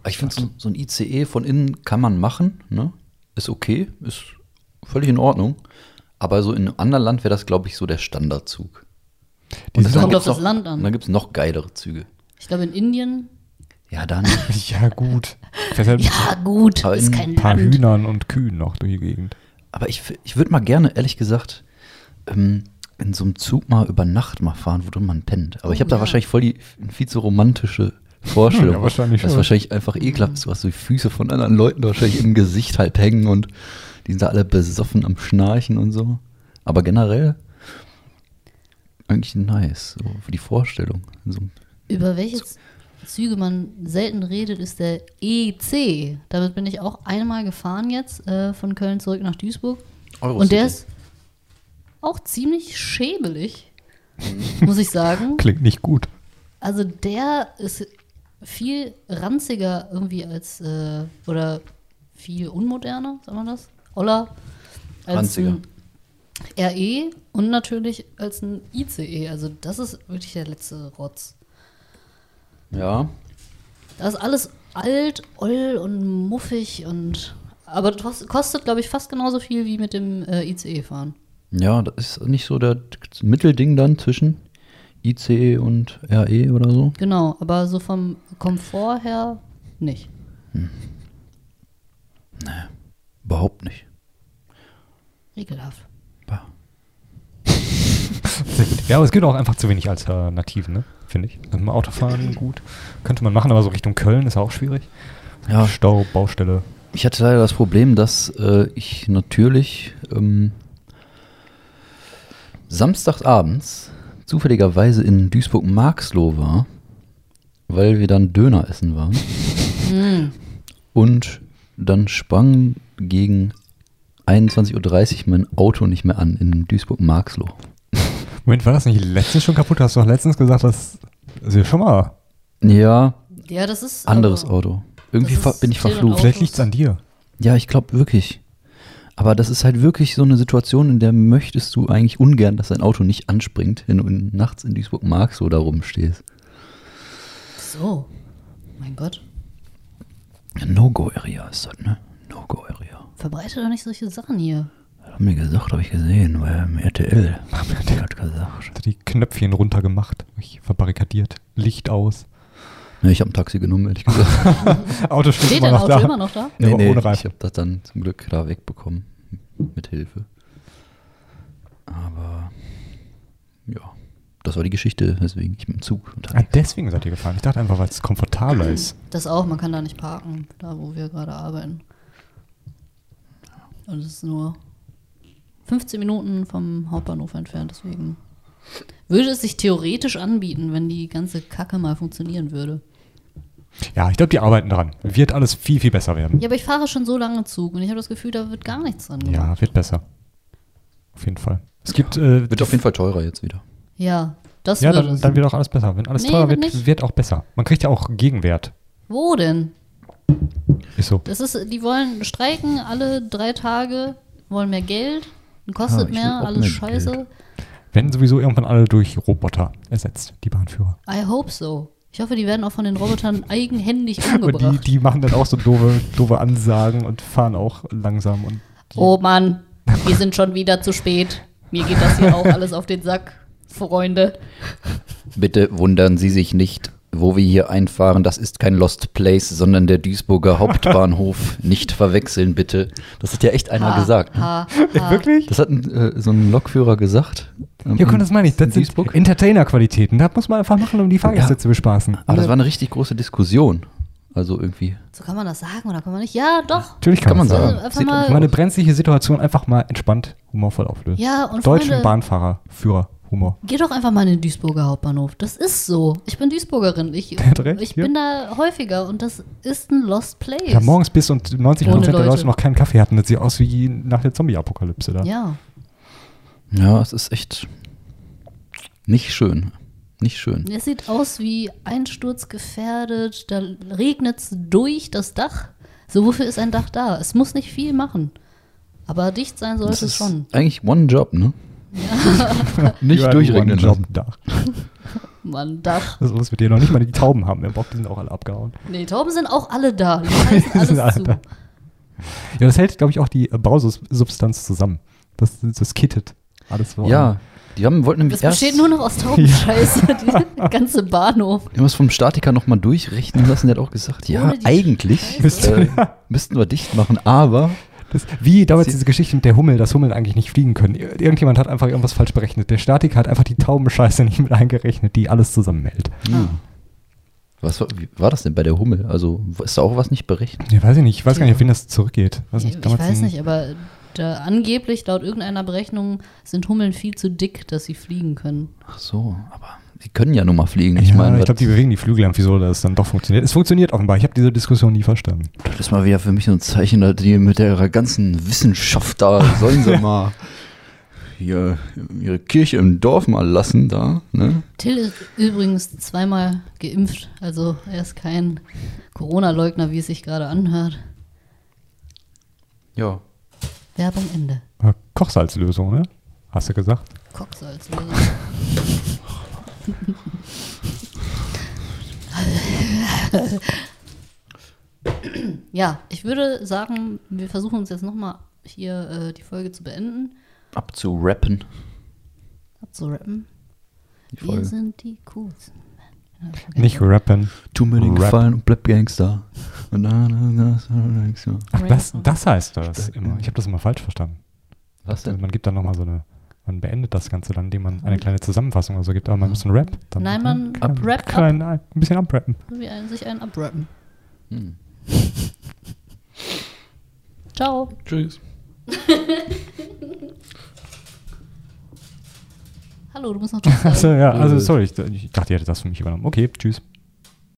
Speaker 3: Aber Ich finde, so, so ein ICE von innen kann man machen, ne? Ist okay, ist völlig in Ordnung. Aber so in einem anderen Land wäre das, glaube ich, so der Standardzug.
Speaker 2: Die
Speaker 1: das
Speaker 2: sind
Speaker 1: kommt
Speaker 2: auch,
Speaker 1: auf das
Speaker 3: noch,
Speaker 1: Land an.
Speaker 3: und Dann gibt es noch geilere Züge.
Speaker 1: Ich glaube, in Indien.
Speaker 3: Ja, dann.
Speaker 2: ja gut. Fährt halt mit
Speaker 1: Ja, gut,
Speaker 3: Aber
Speaker 1: ist
Speaker 3: in
Speaker 1: kein
Speaker 2: ein paar
Speaker 1: Land.
Speaker 2: Hühnern und Kühen noch durch die Gegend.
Speaker 3: Aber ich, f- ich würde mal gerne, ehrlich gesagt, ähm, in so einem Zug mal über Nacht mal fahren, wo drin man pennt. Aber
Speaker 1: Oh,
Speaker 3: ich habe da
Speaker 1: ja.
Speaker 3: wahrscheinlich voll die viel zu romantische Vorstellung.
Speaker 2: Ja, wahrscheinlich
Speaker 3: Das ist
Speaker 2: schon.
Speaker 3: wahrscheinlich einfach ekelhaft. Du hast so die Füße von anderen Leuten wahrscheinlich im Gesicht halb hängen und die sind da alle besoffen am Schnarchen und so. Aber generell eigentlich nice, so für die Vorstellung. In So einem-
Speaker 1: Über welches Züge man selten redet, ist der EC. Damit bin ich auch einmal gefahren jetzt äh, von Köln zurück nach Duisburg.
Speaker 3: Eurocity.
Speaker 1: Und der ist auch ziemlich schäbelig, muss ich sagen.
Speaker 2: Klingt nicht gut.
Speaker 1: Also der ist viel ranziger irgendwie als, äh, oder viel unmoderner, sagt man das? Oller. Als
Speaker 3: Ranziger.
Speaker 1: ein RE und natürlich als ein ICE. Also das ist wirklich der letzte Rotz.
Speaker 3: ja,
Speaker 1: Da ist alles alt, oll und muffig und. Aber das kostet, glaube ich, fast genauso viel wie mit dem äh, ICE fahren.
Speaker 3: ja, das ist nicht so der das Mittelding dann zwischen ICE und RE oder so.
Speaker 1: Genau, aber so vom Komfort her nicht.
Speaker 3: Überhaupt nicht.
Speaker 1: Ekelhaft.
Speaker 3: Bah.
Speaker 2: Ja, aber es gibt auch einfach zu wenig Alternativen, ne? Finde ich. Also mal Autofahren gut. Könnte man machen, aber so Richtung Köln ist auch schwierig.
Speaker 3: Ja,
Speaker 2: Stau, Baustelle.
Speaker 3: Ich hatte leider das Problem, dass äh, ich natürlich ähm, samstagsabends zufälligerweise in Duisburg-Marxloh war, weil wir dann Döner essen waren. Hm. Und dann sprang gegen 21.30 Uhr mein Auto nicht mehr an in Duisburg-Marxloh.
Speaker 2: Moment, war das nicht letztens schon kaputt? Du hast doch letztens gesagt, dass also ja, schon mal.
Speaker 3: Ja,
Speaker 1: Ja, das ist.
Speaker 3: anderes
Speaker 1: aber-
Speaker 3: Auto. Irgendwie
Speaker 1: Das
Speaker 3: ver
Speaker 1: ist
Speaker 3: bin ich
Speaker 1: Tür und
Speaker 3: verflucht.
Speaker 2: Vielleicht
Speaker 1: Autos.
Speaker 2: liegt es an dir.
Speaker 3: Ja, ich glaube wirklich. Aber das ist halt wirklich so eine Situation, in der möchtest du eigentlich ungern, dass dein Auto nicht anspringt, wenn du in, nachts in Duisburg Marx so da rumstehst.
Speaker 1: So. Mein Gott.
Speaker 3: Ja, No-Go-Area ist das, ne? No-Go-Area.
Speaker 1: Verbreite doch nicht solche Sachen hier.
Speaker 3: Das haben die gesagt, habe ich gesehen, beim RTL. Der hat gesagt.
Speaker 2: Hat die Knöpfchen runtergemacht, mich verbarrikadiert, Licht aus.
Speaker 3: Ne, ich habe ein Taxi genommen, ehrlich gesagt.
Speaker 2: Auto steht,
Speaker 1: Steht
Speaker 2: immer
Speaker 1: dein
Speaker 2: noch
Speaker 1: Auto
Speaker 2: da.
Speaker 1: immer noch da?
Speaker 2: Ja, aber ohne
Speaker 3: ich
Speaker 2: Reifen.
Speaker 3: habe das dann zum Glück da wegbekommen. Mit Hilfe. Aber ja, das war die Geschichte, weswegen ich mit dem Zug
Speaker 2: Ah,
Speaker 3: unterwegs
Speaker 2: deswegen seid ihr gefahren. Ich dachte einfach, weil es komfortabler ist.
Speaker 1: Das auch, man kann da nicht parken, da wo wir gerade arbeiten. Und es ist nur 15 Minuten vom Hauptbahnhof entfernt, deswegen würde es sich theoretisch anbieten, wenn die ganze Kacke mal funktionieren würde.
Speaker 2: Ja, ich glaube, die arbeiten dran. Wird alles viel, viel besser werden.
Speaker 1: Ja, aber ich fahre schon so lange Zug und ich habe das Gefühl, da wird gar nichts dran gemacht.
Speaker 2: Ja, wird besser. Auf jeden Fall. Es gibt. Äh,
Speaker 3: Wird auf jeden Fall teurer jetzt wieder.
Speaker 1: Ja, das
Speaker 2: ja,
Speaker 1: würde
Speaker 2: dann, dann wird auch alles besser. Wenn alles
Speaker 1: Nee,
Speaker 2: teurer
Speaker 1: wird
Speaker 2: wird,
Speaker 1: nicht.
Speaker 2: wird auch besser. Man kriegt ja auch Gegenwert.
Speaker 1: Wo denn?
Speaker 2: Ist so.
Speaker 1: Das ist, die wollen streiken alle drei Tage, wollen mehr Geld,
Speaker 3: Ja,
Speaker 1: kostet
Speaker 3: ich will
Speaker 1: mehr,
Speaker 3: auch
Speaker 1: alles
Speaker 3: mehr
Speaker 1: scheiße.
Speaker 3: Geld.
Speaker 2: Werden sowieso irgendwann alle durch Roboter ersetzt, die Bahnführer.
Speaker 1: I hope so. Ich hoffe, die werden auch von den Robotern eigenhändig
Speaker 2: Und die,
Speaker 1: umgebracht.
Speaker 2: die machen dann auch so doofe, doofe Ansagen und fahren auch langsam. Und
Speaker 1: oh Mann, wir sind schon wieder zu spät. Mir geht das hier auch alles auf den Sack, Freunde.
Speaker 3: Bitte wundern Sie sich nicht, wo wir hier einfahren. Das ist kein Lost Place, sondern der Duisburger Hauptbahnhof. nicht verwechseln, bitte. Das hat ja echt einer
Speaker 1: Ha,
Speaker 3: gesagt. Ne?
Speaker 1: Ha,
Speaker 2: wirklich?
Speaker 3: Das hat ein, äh, so ein Lokführer gesagt. Ähm,
Speaker 2: Ja, komm, das meine ich.
Speaker 3: in
Speaker 2: Das sind
Speaker 3: Duisburg.
Speaker 2: Entertainer-Qualitäten. Das muss man einfach machen, um die Fahrgäste
Speaker 3: Ja.
Speaker 2: zu bespaßen.
Speaker 3: Aber Ah, das war eine richtig große Diskussion. Also irgendwie.
Speaker 1: So kann man das sagen oder kann man nicht? Ja, doch.
Speaker 2: Natürlich kann,
Speaker 3: Kann man
Speaker 2: man
Speaker 3: sagen.
Speaker 2: sagen.
Speaker 1: Einfach
Speaker 3: Sieht
Speaker 1: mal-
Speaker 2: Ich meine, brenzliche Situation einfach mal entspannt humorvoll auflösen.
Speaker 1: Ja, und
Speaker 2: Deutschen
Speaker 1: Freunde-
Speaker 2: Bahnfahrer, Führer, Humor.
Speaker 1: Geh doch einfach mal in den Duisburger Hauptbahnhof. Das ist so. Ich bin Duisburgerin. Ich,
Speaker 2: Der hat recht,
Speaker 1: ich
Speaker 2: ja.
Speaker 1: bin da häufiger und das ist ein Lost Place.
Speaker 2: Ja, morgens bis und 90
Speaker 1: Ohne
Speaker 2: Prozent der Leute
Speaker 1: Leute.
Speaker 2: noch keinen Kaffee hatten. Das sieht aus wie nach der Zombie-Apokalypse da.
Speaker 1: Ja.
Speaker 3: Ja, es ist echt nicht schön. Nicht schön.
Speaker 1: Es sieht aus wie einsturzgefährdet, da regnet es durch das Dach. So, wofür ist ein Dach da? Es muss nicht viel machen. Aber dicht sein sollte es schon.
Speaker 3: eigentlich One Job, ne? nicht
Speaker 2: You have
Speaker 3: durchregnen
Speaker 2: one job
Speaker 3: lassen.
Speaker 2: da.
Speaker 1: Mann, Dach.
Speaker 2: Das muss mit dir noch nicht mal die Tauben haben. Im Bock, die sind auch alle abgehauen.
Speaker 1: Nee, Tauben sind auch alle da. Die scheißen
Speaker 2: sind alle
Speaker 1: alles zu.
Speaker 2: da. Ja, das hält, glaube ich, auch die äh, Bausubstanz zusammen. Das, das kittet alles so.
Speaker 3: Ja, die haben, wollten nämlich
Speaker 1: Das
Speaker 3: erst.
Speaker 1: besteht nur noch aus Taubenscheiße, die ganze Bahnhof.
Speaker 3: Wir haben es vom Statiker nochmal durchrechnen lassen. Der hat auch gesagt, ja,
Speaker 1: Ohne die
Speaker 3: eigentlich
Speaker 2: Scheiße.
Speaker 3: äh, müssten wir dicht machen, aber
Speaker 2: Das, wie damals
Speaker 3: Sie-
Speaker 2: diese Geschichte mit der Hummel, dass Hummeln eigentlich nicht fliegen können. Ir- Irgendjemand hat einfach irgendwas falsch berechnet. Der Statiker hat einfach die Taubenscheiße nicht mit eingerechnet, die alles zusammenhält.
Speaker 3: was war, wie war das denn bei der Hummel? Also ist da auch was nicht berechnet?
Speaker 2: Ja, weiß ich nicht. Ich weiß gar nicht, auf wen das zurückgeht. Weiß nicht,
Speaker 1: ich
Speaker 2: damals
Speaker 1: weiß
Speaker 2: ein-
Speaker 1: nicht, aber da angeblich laut irgendeiner Berechnung sind Hummeln viel zu dick, dass sie fliegen können.
Speaker 3: Ach so, aber die können ja nun mal fliegen.
Speaker 2: Ich,
Speaker 3: Ich meine,
Speaker 2: ich glaube, die
Speaker 3: was-
Speaker 2: bewegen die Flügel irgendwie so, dass es dann doch funktioniert. Es funktioniert offenbar. Ich habe diese Diskussion nie verstanden.
Speaker 3: das ist mal wieder für mich so ein Zeichen, dass die mit ihrer ganzen Wissenschaft da sollen sie mal hier ihre Kirche im Dorf mal lassen da. Ne?
Speaker 1: Till ist übrigens zweimal geimpft, also er ist kein Corona-Leugner, wie es sich gerade anhört.
Speaker 3: Ja.
Speaker 1: Werbung Ende.
Speaker 2: Äh, Kochsalzlösung, ne? Hast du gesagt?
Speaker 1: Kochsalz. ja, ich würde sagen, wir versuchen uns jetzt nochmal hier äh, die Folge zu beenden,
Speaker 3: Abzurappen.
Speaker 1: abzurappen.
Speaker 3: Die
Speaker 1: Wir
Speaker 3: Folge.
Speaker 1: sind die coolsten.
Speaker 2: Nicht rappen.
Speaker 3: Tu mir den
Speaker 2: Rap.
Speaker 3: Gefallen und bleib Gangster. Und na, na, na, na, Gangster.
Speaker 2: Ach, das, das heißt das immer. Ich habe das immer falsch verstanden.
Speaker 3: Was
Speaker 2: Also man gibt dann nochmal so eine, man beendet das Ganze dann, indem man eine kleine Zusammenfassung oder so gibt, aber man muss einen Rap. Dann
Speaker 1: Nein, man
Speaker 3: Ab-
Speaker 1: rappt ab,
Speaker 2: klein, ein bisschen abrappen.
Speaker 1: wie ein, sich einen abrappen.
Speaker 3: Hm.
Speaker 1: Ciao.
Speaker 3: Tschüss.
Speaker 1: Hallo, du musst noch Tschüss sagen. Äh.
Speaker 2: Also, ja, also sorry, ich, ich dachte, ihr hättet das für mich übernommen. Okay, tschüss.